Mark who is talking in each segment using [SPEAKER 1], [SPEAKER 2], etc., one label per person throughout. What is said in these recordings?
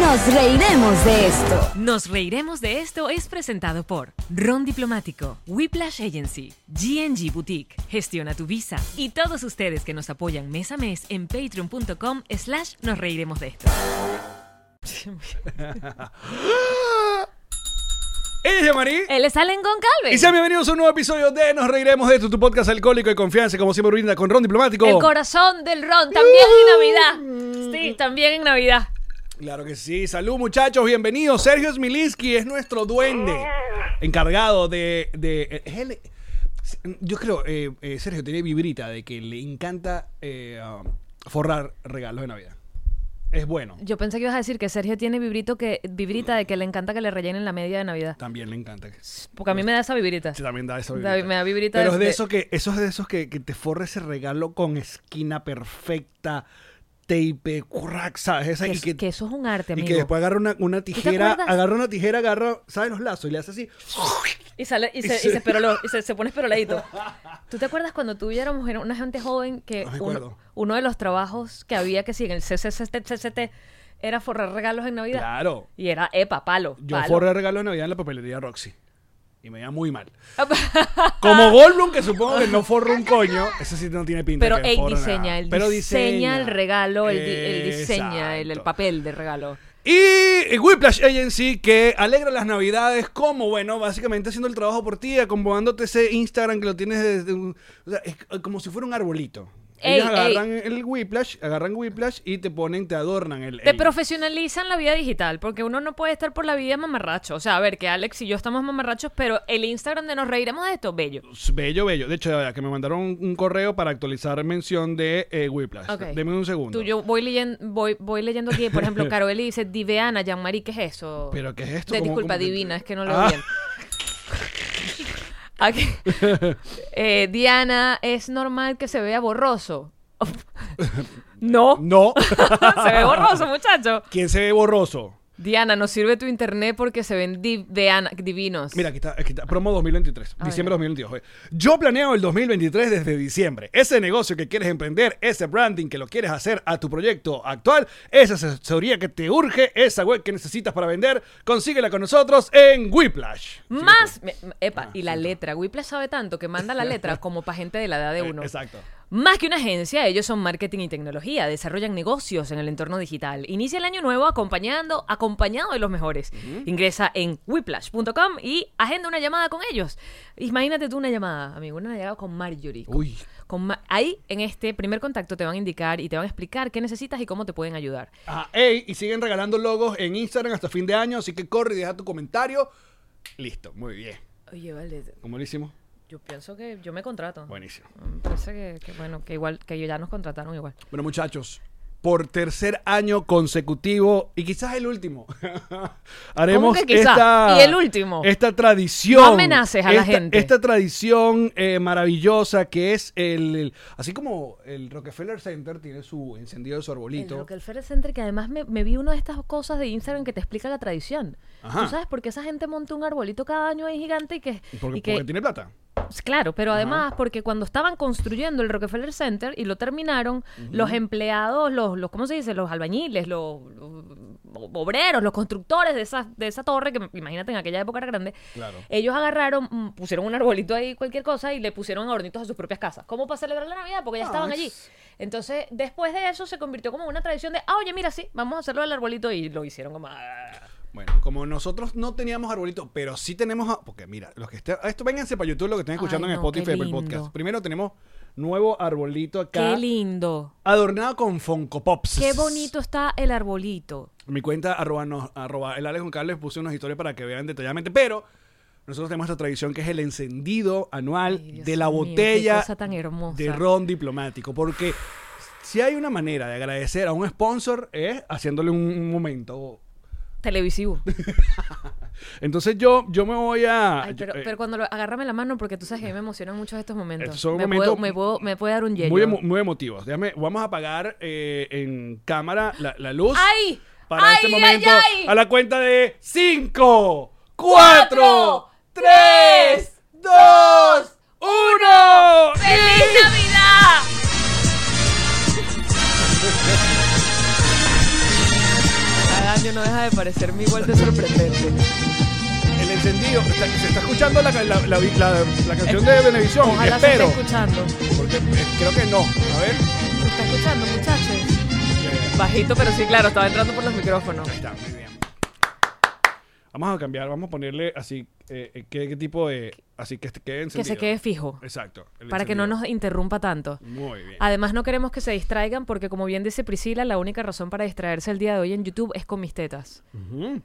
[SPEAKER 1] Nos reiremos de esto.
[SPEAKER 2] Nos reiremos de esto es presentado por Ron Diplomático, Whiplash Agency, GNG Boutique, Gestiona tu Visa y todos ustedes que nos apoyan mes a mes en patreon.com slash nos reiremos de esto.
[SPEAKER 3] Ella es Yamari.
[SPEAKER 2] Él es Allen Goncalves.
[SPEAKER 3] Y sean bienvenidos a un nuevo episodio de Nos Reiremos de esto, tu podcast alcohólico y confianza, como siempre brinda con Ron Diplomático.
[SPEAKER 2] El corazón del ron, también en Navidad.
[SPEAKER 3] Mm.
[SPEAKER 2] Sí, también en Navidad.
[SPEAKER 3] Claro que sí. Salud, muchachos. Bienvenidos. Sergio Smilinski es nuestro duende encargado de. de es el- yo creo, eh, eh, Sergio tiene vibrita de que le encanta eh, ah, forrar regalos de Navidad. Es bueno.
[SPEAKER 2] Yo pensé que ibas a decir que Sergio tiene vibrito que, vibrita de que le encanta que le rellenen la media de Navidad.
[SPEAKER 3] También le encanta.
[SPEAKER 2] Porque a mí me da esa vibrita.
[SPEAKER 3] Sí, Pues también da eso.
[SPEAKER 2] Da- me da vibrita
[SPEAKER 3] Pero es de
[SPEAKER 2] de-
[SPEAKER 3] esos que, esos de esos que, que te forra ese regalo con esquina perfecta, tape, crack, ¿sabes? Esa,
[SPEAKER 2] Que,
[SPEAKER 3] y
[SPEAKER 2] es- que eso es un arte,
[SPEAKER 3] y
[SPEAKER 2] amigo.
[SPEAKER 3] que después agarra una, una tijera,
[SPEAKER 2] acuerdas?
[SPEAKER 3] agarra una tijera, agarra, ¿sabes? Los lazos y le hace así.
[SPEAKER 2] Y sale, y se, y
[SPEAKER 3] se-
[SPEAKER 2] se, esperoló- y se, se pone esperoladito. ¿Tú te acuerdas cuando tú y yo éramos era una gente joven que
[SPEAKER 3] No me acuerdo.
[SPEAKER 2] uno, uno de los trabajos que había que sí en el CCCT CCT, era forrar regalos en Navidad?
[SPEAKER 3] Claro.
[SPEAKER 2] Y era, epa, palo.
[SPEAKER 3] Yo
[SPEAKER 2] palo.
[SPEAKER 3] forré regalo de Navidad en la papelería Roxy. Y me iba muy mal. Como Goldblum, que supongo que no forra un coño. Eso sí no tiene pinta.
[SPEAKER 2] Pero
[SPEAKER 3] que
[SPEAKER 2] él
[SPEAKER 3] forra nada.
[SPEAKER 2] diseña, él
[SPEAKER 3] Pero
[SPEAKER 2] diseña el regalo, él, di- él diseña el, el
[SPEAKER 3] Exacto.
[SPEAKER 2] papel de regalo.
[SPEAKER 3] Y Whiplash Agency que alegra las navidades como, bueno, básicamente haciendo el trabajo por ti, acomodándote ese Instagram que lo tienes desde... un- o sea, es como si fuera un arbolito.
[SPEAKER 2] Ey,
[SPEAKER 3] Ellos agarran el Whiplash, agarran Whiplash y te ponen, te adornan el...
[SPEAKER 2] Te
[SPEAKER 3] el-
[SPEAKER 2] profesionalizan la vida digital, porque uno no puede estar por la vida mamarracho. O sea, a ver, que Alex y yo estamos mamarrachos, pero el Instagram de nos reiremos de esto, bello.
[SPEAKER 3] Bello, bello. De hecho, ya que me mandaron un, un correo para actualizar mención de eh, Whiplash.
[SPEAKER 2] Ok.
[SPEAKER 3] Deme un segundo.
[SPEAKER 2] Tú, yo voy leyendo, voy, voy leyendo aquí, por ejemplo, Carol dice, Diveana, Jean-Marie, ¿qué es eso?
[SPEAKER 3] ¿Pero qué es esto?
[SPEAKER 2] De
[SPEAKER 3] ¿Cómo-
[SPEAKER 2] disculpa,
[SPEAKER 3] cómo que-
[SPEAKER 2] divina, es que no lo
[SPEAKER 3] Ah.
[SPEAKER 2] vi bien. Aquí. Eh, Diana, ¿es normal que se vea borroso? no,
[SPEAKER 3] No.
[SPEAKER 2] se ve borroso, muchacho.
[SPEAKER 3] ¿Quién se ve borroso?
[SPEAKER 2] Diana, nos sirve tu internet porque se ven div- deana- divinos.
[SPEAKER 3] Mira, aquí está, aquí está, promo 2023,
[SPEAKER 2] A
[SPEAKER 3] diciembre
[SPEAKER 2] ver.
[SPEAKER 3] 2022. oye. Yo planeo el 2023 desde diciembre. Ese negocio que quieres emprender, ese branding que lo quieres hacer a tu proyecto actual, esa asesoría que te urge, esa web que necesitas para vender, consíguela con nosotros en Whiplash.
[SPEAKER 2] Más. me- me- Epa, y la letra. Whiplash sabe tanto que manda la letra como para gente de la edad de
[SPEAKER 3] Eh,
[SPEAKER 2] uno.
[SPEAKER 3] Exacto.
[SPEAKER 2] Más que una agencia, ellos son marketing y tecnología, desarrollan negocios en el entorno digital. Inicia el año nuevo acompañando, acompañado de los mejores. Ingresa en whiplash.com y agenda una llamada con ellos. Imagínate tú una llamada, amigo, una llamada con Marjorie. con-
[SPEAKER 3] Uy.
[SPEAKER 2] con Ma- ahí en este primer contacto te van a indicar y te van a explicar qué necesitas y cómo te pueden ayudar.
[SPEAKER 3] Ajá, ey, y siguen regalando logos en Instagram hasta fin de año, así que corre y deja tu comentario. Listo, muy bien.
[SPEAKER 2] Oye, vale,
[SPEAKER 3] ¿Cómo lo hicimos?
[SPEAKER 2] yo pienso que yo me contrato.
[SPEAKER 3] Buenísimo.
[SPEAKER 2] Me parece que, que, bueno, que igual, que ya nos contrataron igual.
[SPEAKER 3] Bueno, muchachos, por tercer año consecutivo y quizás el último,
[SPEAKER 2] ¿Cómo
[SPEAKER 3] haremos
[SPEAKER 2] que quizás?
[SPEAKER 3] esta
[SPEAKER 2] ¿Y el último?
[SPEAKER 3] esta tradición.
[SPEAKER 2] No amenaces a la
[SPEAKER 3] esta-
[SPEAKER 2] gente.
[SPEAKER 3] Esta tradición eh, maravillosa que es el, el- así como el Rockefeller Center tiene su encendido de su
[SPEAKER 2] El
[SPEAKER 3] arbolito.
[SPEAKER 2] Rockefeller Center, que además me, me vi una de estas cosas de Instagram que te explica la tradición.
[SPEAKER 3] Ajá.
[SPEAKER 2] Tú sabes por qué esa gente monta un arbolito cada año ahí gigante y que...
[SPEAKER 3] Porque,
[SPEAKER 2] y que-
[SPEAKER 3] porque tiene plata.
[SPEAKER 2] pues, Claro, pero además porque cuando estaban construyendo el Rockefeller Center y lo terminaron, los empleados, los, los, ¿cómo se dice? Los albañiles, los, los obreros, los constructores de esa, de esa torre, que imagínate en aquella época era grande,
[SPEAKER 3] Claro.
[SPEAKER 2] ellos agarraron, mm, pusieron un arbolito ahí, cualquier cosa, y le pusieron adornitos a sus propias casas. ¿Cómo para celebrar la Navidad? Porque ya estaban allí. Entonces, después de eso, se convirtió como en una tradición de, ah, oye, mira, sí, vamos a hacerlo del arbolito, y lo hicieron como... "Ah".
[SPEAKER 3] Bueno, como nosotros no teníamos arbolito, pero sí tenemos. a- porque mira, los que estén. Esto, vénganse para YouTube, lo que estén escuchando
[SPEAKER 2] Ay,
[SPEAKER 3] en
[SPEAKER 2] no, qué
[SPEAKER 3] Spotify, el
[SPEAKER 2] lindo.
[SPEAKER 3] podcast. Primero tenemos nuevo arbolito acá.
[SPEAKER 2] Qué lindo.
[SPEAKER 3] Adornado con Funko Pops.
[SPEAKER 2] Qué bonito está el arbolito.
[SPEAKER 3] Mi cuenta, arroba, nos- arroba el Alex Goncalves, puse unas historias para que vean detalladamente, pero nosotros tenemos esta tradición que es el encendido anual
[SPEAKER 2] Ay, Dios
[SPEAKER 3] de la
[SPEAKER 2] mío, qué
[SPEAKER 3] botella
[SPEAKER 2] cosa tan hermosa.
[SPEAKER 3] de ron diplomático, porque si hay una manera de agradecer a un sponsor es haciéndole un, un momento.
[SPEAKER 2] Televisivo.
[SPEAKER 3] Entonces yo, yo me voy a...
[SPEAKER 2] Ay, pero,
[SPEAKER 3] yo- eh,
[SPEAKER 2] pero cuando lo, agárrame la mano porque tú sabes que a mí me emocionan mucho estos momentos.
[SPEAKER 3] Estos son
[SPEAKER 2] me,
[SPEAKER 3] momentos
[SPEAKER 2] puedo, me, puedo- me puede dar un hielo.
[SPEAKER 3] muy, emo- muy emotivos. Déjame, vamos a apagar eh, en cámara la, la luz.
[SPEAKER 2] ¡Ay!
[SPEAKER 3] Para
[SPEAKER 2] ¡Ay,
[SPEAKER 3] este
[SPEAKER 2] ay,
[SPEAKER 3] momento,
[SPEAKER 2] ay!
[SPEAKER 3] a la cuenta de 5, 4, 3, 2, 1.
[SPEAKER 2] ¡Feliz Navidad! Cada año no deja de
[SPEAKER 4] de parecerme igual de sorprendente.
[SPEAKER 3] El encendido. está- se está escuchando la, la- la- la- la canción de Benevisión.
[SPEAKER 4] Ojalá se esté
[SPEAKER 3] espero.
[SPEAKER 4] escuchando.
[SPEAKER 3] Porque eh, creo que no. A ver.
[SPEAKER 4] ¿Se está escuchando, muchachos?
[SPEAKER 3] Eh,
[SPEAKER 4] Bajito, pero sí, claro, estaba entrando por los micrófonos.
[SPEAKER 3] Ahí está, muy bien. Vamos a cambiar, vamos a ponerle así, eh, eh, ¿qué, qué tipo de...? Así que este- quede
[SPEAKER 2] Que
[SPEAKER 3] encendido.
[SPEAKER 2] se quede fijo.
[SPEAKER 3] Exacto. el
[SPEAKER 2] Para que no
[SPEAKER 3] encendido.
[SPEAKER 2] nos interrumpa tanto.
[SPEAKER 3] Muy bien.
[SPEAKER 2] Además, no queremos que se distraigan porque, como bien dice Priscila, la única razón para distraerse el día de hoy en YouTube es con mis tetas.
[SPEAKER 3] Ujú.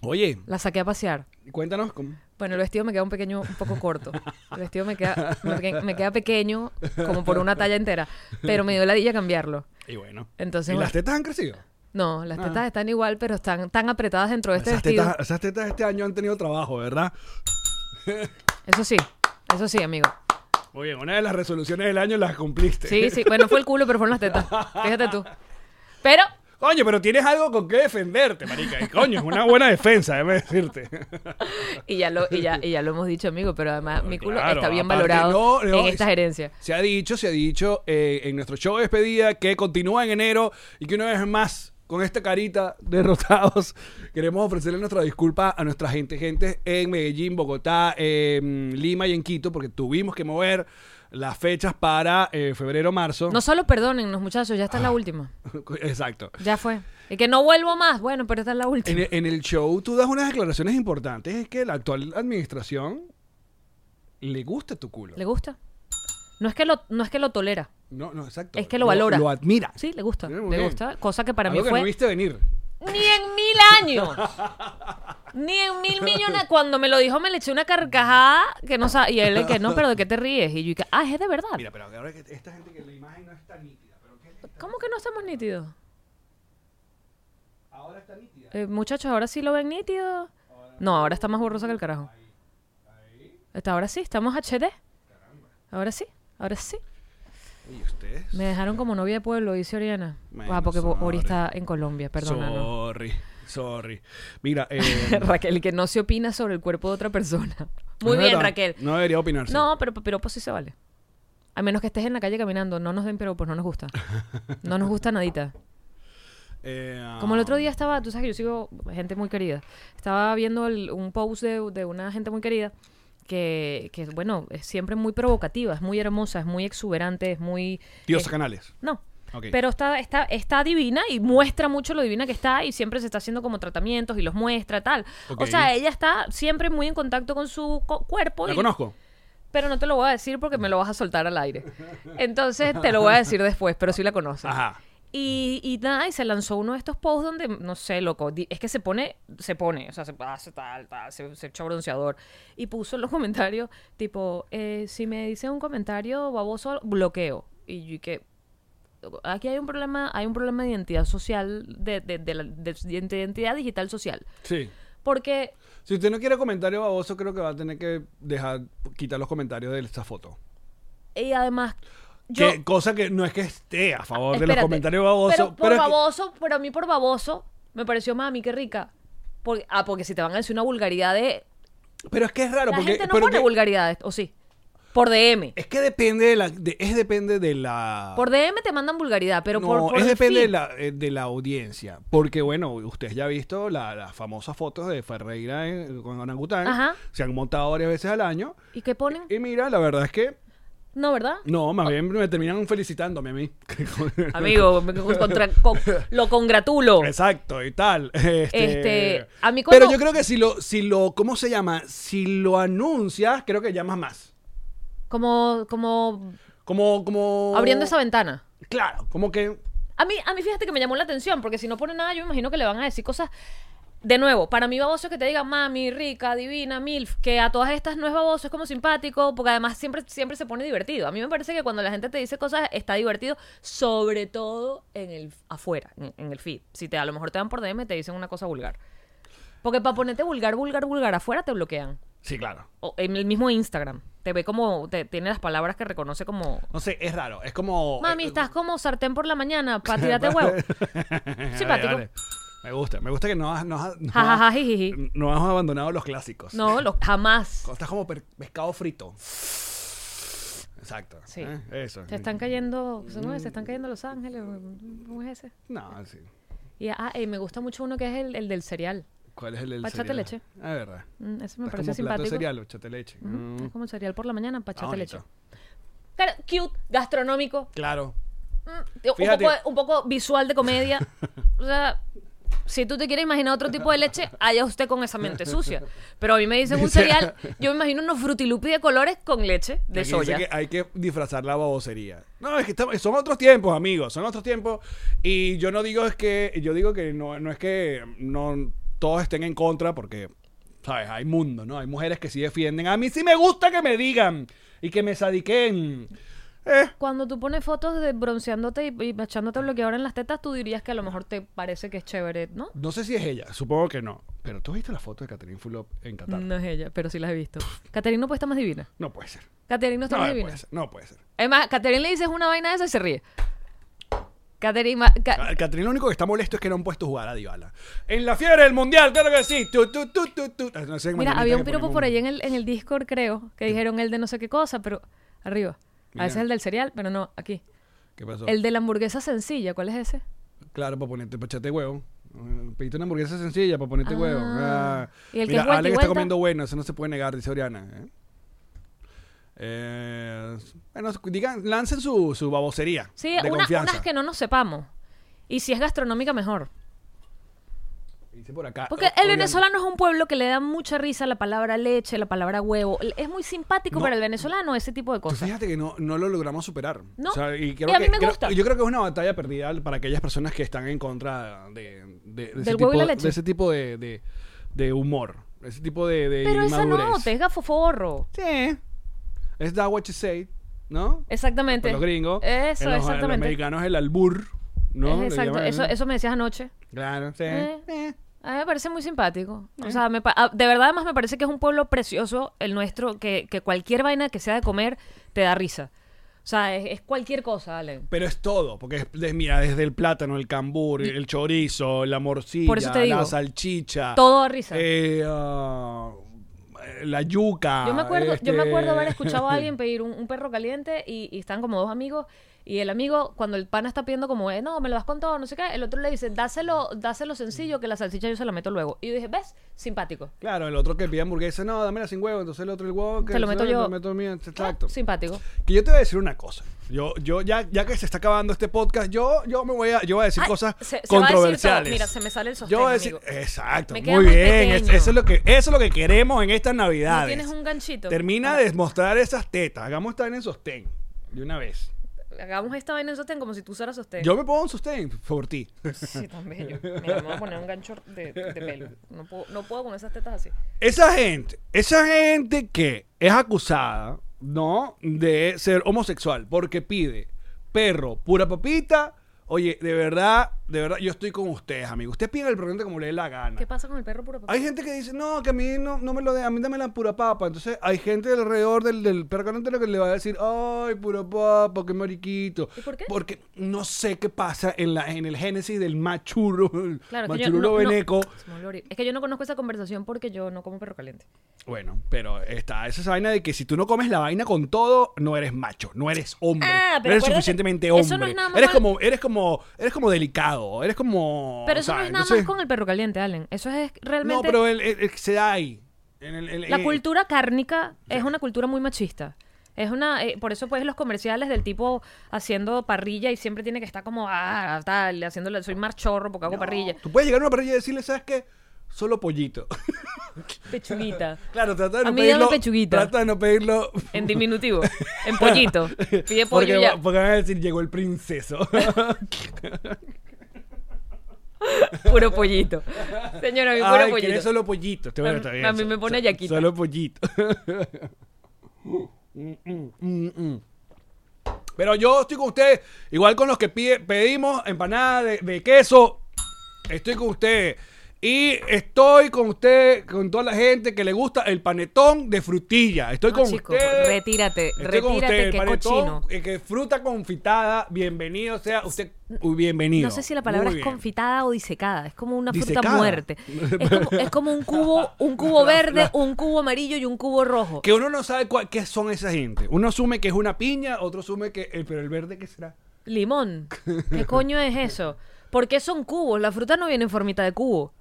[SPEAKER 3] Oye,
[SPEAKER 2] Las saqué a pasear.
[SPEAKER 3] cuéntanos cómo...
[SPEAKER 2] Bueno, el vestido me queda un pequeño, un poco corto. El vestido me queda, me, que- me queda pequeño, como por una talla entera. Pero me dio la dilla cambiarlo.
[SPEAKER 3] Y bueno.
[SPEAKER 2] Entonces,
[SPEAKER 3] ¿Y
[SPEAKER 2] bueno.
[SPEAKER 3] las tetas han crecido?
[SPEAKER 2] No, las
[SPEAKER 3] Ah.
[SPEAKER 2] tetas están igual, pero están tan apretadas dentro de este
[SPEAKER 3] esas,
[SPEAKER 2] vestido.
[SPEAKER 3] tetas, esas tetas este año han tenido trabajo, ¿verdad?
[SPEAKER 2] Eso sí, eso sí, amigo.
[SPEAKER 3] Muy bien, una de las resoluciones del año las cumpliste.
[SPEAKER 2] Sí, sí. Bueno, fue el culo, pero fueron las tetas. Fíjate tú. Pero
[SPEAKER 3] Coño, pero tienes algo con qué defenderte, marica. Y coño, es una buena defensa, déjame decirte.
[SPEAKER 2] Y ya lo, y ya, y ya lo hemos dicho, amigo, pero además mi culo
[SPEAKER 3] Claro,
[SPEAKER 2] está bien
[SPEAKER 3] aparte,
[SPEAKER 2] valorado
[SPEAKER 3] no, no,
[SPEAKER 2] en esta
[SPEAKER 3] se-
[SPEAKER 2] gerencia.
[SPEAKER 3] Se ha dicho, se ha dicho eh, en nuestro show de despedida que continúa en enero y que una vez más, con esta carita derrotados, queremos ofrecerle nuestra disculpa a nuestra gente, gente en Medellín, Bogotá, en Lima y en Quito, porque tuvimos que mover las fechas para eh, febrero, marzo.
[SPEAKER 2] No solo perdónennos, muchachos, ya esta
[SPEAKER 3] Ah.
[SPEAKER 2] es la última.
[SPEAKER 3] Exacto.
[SPEAKER 2] Ya fue. Y que no vuelvo más. Bueno, pero esta es la
[SPEAKER 3] En
[SPEAKER 2] última.
[SPEAKER 3] el, en el show tú das unas declaraciones importantes, es que la actual administración le gusta tu culo.
[SPEAKER 2] ¿Le gusta? No es que lo, no es que lo tolera.
[SPEAKER 3] No, no, exacto.
[SPEAKER 2] Es que lo valora.
[SPEAKER 3] Lo admira.
[SPEAKER 2] Sí, le gusta.
[SPEAKER 3] Sí,
[SPEAKER 2] Le
[SPEAKER 3] muy bien.
[SPEAKER 2] gusta. Cosa que para
[SPEAKER 3] Algo
[SPEAKER 2] mí
[SPEAKER 3] que
[SPEAKER 2] fue
[SPEAKER 3] no viste venir.
[SPEAKER 2] ni en mil años. Ni en mil millones. Cuando me lo dijo me le eché una carcajada que no sabía. Y él que no, pero ¿de qué te ríes? Y yo que, ah, es de verdad.
[SPEAKER 3] Mira, pero ahora que esta gente que la imagen no está nítida, pero ¿qué?
[SPEAKER 2] ¿Cómo que no estamos nítidos?
[SPEAKER 3] Ahora está nítida.
[SPEAKER 2] Eh, muchachos, ahora sí lo ven nítido. No, ahora está más borrosa que el carajo. Está, ahora sí, estamos HD. Ahora sí, ahora sí.
[SPEAKER 3] ¿Y ustedes?
[SPEAKER 2] Me dejaron como novia de pueblo, dice Oriana.
[SPEAKER 3] Bueno,
[SPEAKER 2] ah, porque
[SPEAKER 3] sorry.
[SPEAKER 2] Ori está en Colombia, perdónanos.
[SPEAKER 3] Sorry, sorry. Mira, eh,
[SPEAKER 2] Raquel, que no se opina sobre el cuerpo de otra persona. Muy
[SPEAKER 3] es
[SPEAKER 2] bien,
[SPEAKER 3] verdad,
[SPEAKER 2] Raquel.
[SPEAKER 3] No debería opinarse.
[SPEAKER 2] No, pero pa- piropo sí se vale. A menos que estés en la calle caminando, no nos den piropos, no nos gusta. No nos gusta nadita.
[SPEAKER 3] Eh,
[SPEAKER 2] Como el otro día estaba, tú sabes que yo sigo gente muy querida. Estaba viendo el- un post de, de una gente muy querida que, que, bueno, es siempre muy provocativa, es muy hermosa, es muy exuberante, es muy...
[SPEAKER 3] um, Dios
[SPEAKER 2] es-
[SPEAKER 3] Canales.
[SPEAKER 2] no.
[SPEAKER 3] Ok.
[SPEAKER 2] eh, Pero está, está, está divina y muestra mucho lo divina que está y siempre se está haciendo como tratamientos y los muestra, tal.
[SPEAKER 3] Ok.
[SPEAKER 2] O sea, ella está siempre muy en contacto con su co- cuerpo.
[SPEAKER 3] La
[SPEAKER 2] y-
[SPEAKER 3] conozco.
[SPEAKER 2] Pero no te lo voy a decir porque me lo vas a soltar al aire. Entonces te lo voy a decir después, pero sí la conoces.
[SPEAKER 3] Ajá.
[SPEAKER 2] Y, y nada, y se lanzó uno de estos posts donde, no sé, loco, di- es que se pone, se pone, o sea, se hace tal, tal, se, se echa bronceador. Y puso en los comentarios, tipo, eh, si me dice un comentario baboso, bloqueo. Y yo y que, aquí hay un problema, hay un problema de identidad social, de, de- de la- de- de identidad digital social.
[SPEAKER 3] Sí.
[SPEAKER 2] Porque
[SPEAKER 3] Si usted no quiere comentario baboso, creo que va a tener que dejar quitar los comentarios de esta foto.
[SPEAKER 2] y además yo
[SPEAKER 3] Que- cosa que no es que esté a favor de los
[SPEAKER 2] espérate,
[SPEAKER 3] comentarios babosos.
[SPEAKER 2] pero por
[SPEAKER 3] pero es que-
[SPEAKER 2] baboso pero a mí por baboso me pareció mami qué rica Por- ah porque si te van a decir una vulgaridad de
[SPEAKER 3] pero es que es raro
[SPEAKER 2] la
[SPEAKER 3] porque
[SPEAKER 2] gente no
[SPEAKER 3] pero
[SPEAKER 2] pone
[SPEAKER 3] que-
[SPEAKER 2] vulgaridades o sí por DM
[SPEAKER 3] es que depende de la de- es depende de la
[SPEAKER 2] por DM te mandan vulgaridad pero
[SPEAKER 3] no,
[SPEAKER 2] por, por
[SPEAKER 3] es
[SPEAKER 2] el
[SPEAKER 3] depende
[SPEAKER 2] feed.
[SPEAKER 3] de la, eh, de la audiencia. Porque, bueno, ustedes ya han visto la- las famosas fotos de Ferreira en- con Orangután.
[SPEAKER 2] Ajá.
[SPEAKER 3] Se han montado varias veces al año.
[SPEAKER 2] y qué ponen
[SPEAKER 3] Y mira, la verdad es que,
[SPEAKER 2] no verdad
[SPEAKER 3] Eh, no, más bien me terminan felicitándome a mí.
[SPEAKER 2] amigo me- contra- con- lo congratulo
[SPEAKER 3] Exacto, y tal. Este,
[SPEAKER 2] Este, a mí
[SPEAKER 3] Pero
[SPEAKER 2] cuando-
[SPEAKER 3] yo creo que si lo, si lo, ¿cómo se llama? Si lo anuncias, creo que llamas más.
[SPEAKER 2] como como
[SPEAKER 3] Como, como...
[SPEAKER 2] abriendo esa ventana
[SPEAKER 3] Claro, como que...
[SPEAKER 2] A mí, a mí fíjate que me llamó la atención, porque si no pone nada, yo me imagino que le van a decir cosas. De nuevo, para mí baboso es que te digan mami, rica, divina, milf, que a todas estas no es baboso, es como simpático, porque además siempre, siempre se pone divertido. A mí me parece que cuando la gente te dice cosas está divertido, sobre todo en el afuera, en, en el feed. Si te a lo mejor te dan por DM te dicen una cosa vulgar. Porque para ponerte vulgar, vulgar, vulgar afuera te bloquean.
[SPEAKER 3] Sí, claro.
[SPEAKER 2] O en el mismo Instagram. Te ve como, te, tiene las palabras que reconoce como
[SPEAKER 3] No sé, es raro. Es como... eh,
[SPEAKER 2] Mami, estás como sartén por la mañana, pa' tirarte
[SPEAKER 3] Date
[SPEAKER 2] huevo. Simpático.
[SPEAKER 3] Me gusta, me gusta que no has, no has- no
[SPEAKER 2] Ja, ja,
[SPEAKER 3] has-
[SPEAKER 2] ja, ji, ji, ji.
[SPEAKER 3] no has abandonado los clásicos.
[SPEAKER 2] No, lo- jamás.
[SPEAKER 3] Estás como per- pescado frito. Exacto.
[SPEAKER 2] Sí.
[SPEAKER 3] ¿eh? Eso. Mm.
[SPEAKER 2] Se están cayendo, ¿cómo es? Se están cayendo Los Ángeles. ¿Cómo es ese?
[SPEAKER 3] No, sí.
[SPEAKER 2] Y ah, eh, me gusta mucho uno que es el, el del cereal.
[SPEAKER 3] ¿Cuál es el del
[SPEAKER 2] Pachate
[SPEAKER 3] cereal?
[SPEAKER 2] leche.
[SPEAKER 3] Ah, verdad.
[SPEAKER 2] Mm, ese me parece
[SPEAKER 3] Es como plato de
[SPEAKER 2] simpático.
[SPEAKER 3] cereal o chate leche. Mm.
[SPEAKER 2] Es como cereal por la mañana,
[SPEAKER 3] Ah,
[SPEAKER 2] pachate leche.
[SPEAKER 3] bonito.
[SPEAKER 2] Claro, cute, gastronómico,
[SPEAKER 3] Claro.
[SPEAKER 2] mm, un,
[SPEAKER 3] Fíjate.
[SPEAKER 2] poco, un poco visual de comedia. O sea, si tú te quieres imaginar otro tipo de leche, allá usted con esa mente sucia. Pero a mí me dicen un
[SPEAKER 3] Dice-
[SPEAKER 2] cereal, yo me imagino unos frutilupi de colores con leche de
[SPEAKER 3] Aquí
[SPEAKER 2] soya.
[SPEAKER 3] Dice que hay que disfrazar la babosería. No, es que estamos- son otros tiempos, amigos, son otros tiempos. Y yo no digo es que, yo digo que no, no es que no todos estén en contra, porque, ¿sabes? Hay mundo, ¿no? Hay mujeres que sí defienden. A mí sí me gusta que me digan y que me sadiquen. Eh,
[SPEAKER 2] Cuando tú pones fotos de bronceándote y, y echándote bloqueador en las tetas, tú dirías que a lo mejor te parece que es chévere, ¿no?
[SPEAKER 3] no sé si es ella, supongo que no. Pero tú viste la foto de Catherine Fulop en Qatar.
[SPEAKER 2] No es ella, pero sí las he visto. Caterina no puede estar más divina.
[SPEAKER 3] No puede ser.
[SPEAKER 2] Caterina no está
[SPEAKER 3] No,
[SPEAKER 2] más
[SPEAKER 3] no
[SPEAKER 2] divina.
[SPEAKER 3] puede ser. No puede ser.
[SPEAKER 2] Además, Caterina le dices una vaina de esa y se ríe. Caterina.
[SPEAKER 3] Ca- Catherine lo único que está molesto es que no han puesto a jugar a Dybala. En la fiebre del mundial, claro que sí. Tu, tu, tu, tu, tu. Ah, no sé,
[SPEAKER 2] Mira,
[SPEAKER 3] mañanita
[SPEAKER 2] había
[SPEAKER 3] que
[SPEAKER 2] un piropo
[SPEAKER 3] ponemos
[SPEAKER 2] por
[SPEAKER 3] un-
[SPEAKER 2] ahí en el, en el Discord, creo, que dijeron el de no sé qué cosa, pero arriba. A
[SPEAKER 3] Mira.
[SPEAKER 2] veces el del cereal, pero no, aquí.
[SPEAKER 3] ¿Qué pasó?
[SPEAKER 2] El de la hamburguesa sencilla, ¿cuál es ese?
[SPEAKER 3] Claro, para ponerte, para echarte huevo. Eh, Pediste una hamburguesa sencilla para ponerte huevo.
[SPEAKER 2] Ah.
[SPEAKER 3] Ah.
[SPEAKER 2] Y el que
[SPEAKER 3] Mira,
[SPEAKER 2] es vuelta y
[SPEAKER 3] Ale está
[SPEAKER 2] vuelta.
[SPEAKER 3] comiendo bueno, eso no se puede negar, dice Oriana. ¿eh? Eh, bueno, digan, lancen su, su babosería.
[SPEAKER 2] Sí,
[SPEAKER 3] de
[SPEAKER 2] una-
[SPEAKER 3] confianza.
[SPEAKER 2] unas que no nos sepamos. Y si es gastronómica, mejor.
[SPEAKER 3] Dice por acá.
[SPEAKER 2] Porque
[SPEAKER 3] eh,
[SPEAKER 2] el
[SPEAKER 3] Oriana.
[SPEAKER 2] venezolano es un pueblo que le da mucha risa la palabra leche, la palabra huevo. Es muy simpático
[SPEAKER 3] No. eh,
[SPEAKER 2] para el venezolano ese tipo de
[SPEAKER 3] Tú
[SPEAKER 2] cosas.
[SPEAKER 3] Pues Fíjate que no, no lo logramos superar.
[SPEAKER 2] No,
[SPEAKER 3] O sea, y, creo
[SPEAKER 2] y a mí
[SPEAKER 3] que-
[SPEAKER 2] me
[SPEAKER 3] creo-
[SPEAKER 2] gusta.
[SPEAKER 3] Yo creo que es una batalla perdida para aquellas personas que están en contra de, de- de ese,
[SPEAKER 2] Del huevo y
[SPEAKER 3] tipo,
[SPEAKER 2] la leche.
[SPEAKER 3] de ese tipo de, de- de humor. Ese tipo de, de
[SPEAKER 2] Pero esa no,
[SPEAKER 3] inmadurez.
[SPEAKER 2] te es gafoforro.
[SPEAKER 3] Sí. Es that what you say, ¿no?
[SPEAKER 2] Exactamente.
[SPEAKER 3] Para los gringos.
[SPEAKER 2] Eso,
[SPEAKER 3] En los, en los
[SPEAKER 2] exactamente.
[SPEAKER 3] americanos el albur, ¿no?
[SPEAKER 2] Es
[SPEAKER 3] Le
[SPEAKER 2] exacto.
[SPEAKER 3] llaman
[SPEAKER 2] Eso, eso me decías anoche.
[SPEAKER 3] Claro, sí.
[SPEAKER 2] Eh.
[SPEAKER 3] Eh.
[SPEAKER 2] A mí me parece muy simpático. O sea, me pa- ah, de verdad además me parece que es un pueblo precioso el nuestro, que, que cualquier vaina que sea de comer te da risa. O sea, es, es cualquier cosa, Allen.
[SPEAKER 3] Pero es todo, porque es, des- mira, desde el plátano, el cambur, el chorizo, la morcilla,
[SPEAKER 2] Por eso te digo,
[SPEAKER 3] la salchicha.
[SPEAKER 2] Todo da risa.
[SPEAKER 3] Ah. eh, ah, la yuca.
[SPEAKER 2] Yo me acuerdo, yo me
[SPEAKER 3] este-
[SPEAKER 2] acuerdo haber escuchado a alguien pedir un, un perro caliente y, y están como dos amigos y el amigo cuando el pana está pidiendo como, eh, no, me lo das con todo, no sé qué, el otro le dice, dáselo, dáselo sencillo que la salchicha yo se la meto luego. Y yo dije, ¿ves? Simpático.
[SPEAKER 3] Claro, el otro que pide hamburguesa, no, dámela sin huevo, entonces el otro el huevo que
[SPEAKER 2] Te lo meto yo.
[SPEAKER 3] Lo meto mío, exacto.
[SPEAKER 2] Ah, simpático.
[SPEAKER 3] Que yo te voy a decir una cosa. Yo, yo, ya, ya que se está acabando este podcast, yo, yo me voy a, yo voy a decir
[SPEAKER 2] Ay,
[SPEAKER 3] cosas
[SPEAKER 2] se- se va a decir todo.
[SPEAKER 3] controversiales.
[SPEAKER 2] Mira, se me sale el sostén,
[SPEAKER 3] Yo voy a decir, eh,
[SPEAKER 2] amigo.
[SPEAKER 3] exacto,
[SPEAKER 2] Me
[SPEAKER 3] muy
[SPEAKER 2] queda
[SPEAKER 3] bien.
[SPEAKER 2] muy
[SPEAKER 3] es-
[SPEAKER 2] pequeño.
[SPEAKER 3] eso es lo que, eso es lo que queremos en estas
[SPEAKER 2] ¿No
[SPEAKER 3] navidades.
[SPEAKER 2] tienes un ganchito?
[SPEAKER 3] Termina de mostrar esas tetas. Hagamos estar en sostén. De una vez.
[SPEAKER 2] Hagamos esta vaina en sostén como si tú usaras sostén.
[SPEAKER 3] Yo me pongo un sostén por ti.
[SPEAKER 2] Sí, también yo. Mira, me voy a poner un gancho de, de pelo. No puedo, no puedo con esas tetas así.
[SPEAKER 3] Esa gente, esa gente que es acusada, ¿no? De ser homosexual porque pide perro, pura papita. Oye, de verdad, de verdad, yo estoy con ustedes, amigo. Usted pide el programa como le dé la gana.
[SPEAKER 2] ¿Qué pasa con el perro puro papá?
[SPEAKER 3] Hay gente que dice, no, que a mí no, no me lo de, a mí dame la pura papa. Entonces hay gente alrededor del, del perro caliente que le va a decir, ay, pura papa, qué mariquito.
[SPEAKER 2] ¿Y por qué?
[SPEAKER 3] Porque no sé qué pasa en, la, en el génesis del machuro,
[SPEAKER 2] Claro, que yo
[SPEAKER 3] machururo
[SPEAKER 2] no- no-
[SPEAKER 3] veneco.
[SPEAKER 2] Se me volvió a abrir. Es que yo no conozco esa conversación porque yo no como perro caliente.
[SPEAKER 3] Bueno, pero está esa vaina de que si tú no comes la vaina con todo, no eres macho, no eres hombre.
[SPEAKER 2] Ah, pero
[SPEAKER 3] no eres
[SPEAKER 2] acuérdate,
[SPEAKER 3] suficientemente
[SPEAKER 2] eso
[SPEAKER 3] hombre.
[SPEAKER 2] no es nada más
[SPEAKER 3] eres
[SPEAKER 2] mal-
[SPEAKER 3] como, eres como, eres como delicado, eres como.
[SPEAKER 2] Pero eso
[SPEAKER 3] o
[SPEAKER 2] no
[SPEAKER 3] sea,
[SPEAKER 2] es nada
[SPEAKER 3] sé.
[SPEAKER 2] más con el perro caliente, Allen. Eso es
[SPEAKER 3] No,
[SPEAKER 2] realmente...
[SPEAKER 3] pero eh, el, el- el que se da ahí. En el- el-
[SPEAKER 2] La
[SPEAKER 3] en-
[SPEAKER 2] cultura cárnica es una cultura muy machista. Es una, eh, por eso pues los comerciales del tipo haciendo parrilla y siempre tiene que estar como ah, tal, haciéndole, soy marchorro porque hago parrilla,
[SPEAKER 3] Tú puedes llegar a una parrilla y decirle, ¿sabes qué? Solo pollito.
[SPEAKER 2] pechuguita,
[SPEAKER 3] claro, trata de no
[SPEAKER 2] A mí dame
[SPEAKER 3] pedirlo.
[SPEAKER 2] pechuguita.
[SPEAKER 3] Trata de no pedirlo.
[SPEAKER 2] en diminutivo, en pollito, pide pollo
[SPEAKER 3] porque,
[SPEAKER 2] y ya.
[SPEAKER 3] porque van a decir, llegó el princeso.
[SPEAKER 2] Puro pollito. Señora, mi puro
[SPEAKER 3] Ay,
[SPEAKER 2] pollito.
[SPEAKER 3] ¿quieres solo pollito? Te voy
[SPEAKER 2] A-
[SPEAKER 3] está bien,
[SPEAKER 2] a mí me
[SPEAKER 3] so-
[SPEAKER 2] pone
[SPEAKER 3] so-
[SPEAKER 2] yaquita.
[SPEAKER 3] Solo pollito. Mm, mm, mm, mm. Pero yo estoy con ustedes, igual con los que pide- pedimos empanada de, de queso, estoy con ustedes. Y estoy con ustedes, con toda la gente que le gusta el panetón de frutilla. Estoy
[SPEAKER 2] No,
[SPEAKER 3] con
[SPEAKER 2] chico,
[SPEAKER 3] ustedes.
[SPEAKER 2] retírate,
[SPEAKER 3] Estoy con
[SPEAKER 2] retírate,
[SPEAKER 3] ustedes.
[SPEAKER 2] que
[SPEAKER 3] El panetón,
[SPEAKER 2] cochino.
[SPEAKER 3] eh, que fruta confitada, bienvenido sea usted. uy, bienvenido.
[SPEAKER 2] No sé si la palabra
[SPEAKER 3] Muy
[SPEAKER 2] es
[SPEAKER 3] bien.
[SPEAKER 2] confitada o disecada, es como una fruta
[SPEAKER 3] Disecada.
[SPEAKER 2] muerte. Es como, es como un cubo, un cubo verde, un cubo amarillo y un cubo rojo.
[SPEAKER 3] Que uno no sabe cuál- qué son esa gente. Uno asume que es una piña, otro asume que. eh, pero el verde, ¿qué será?
[SPEAKER 2] Limón. ¿Qué coño es eso? ¿Por qué son cubos? La fruta no viene en formita de cubo.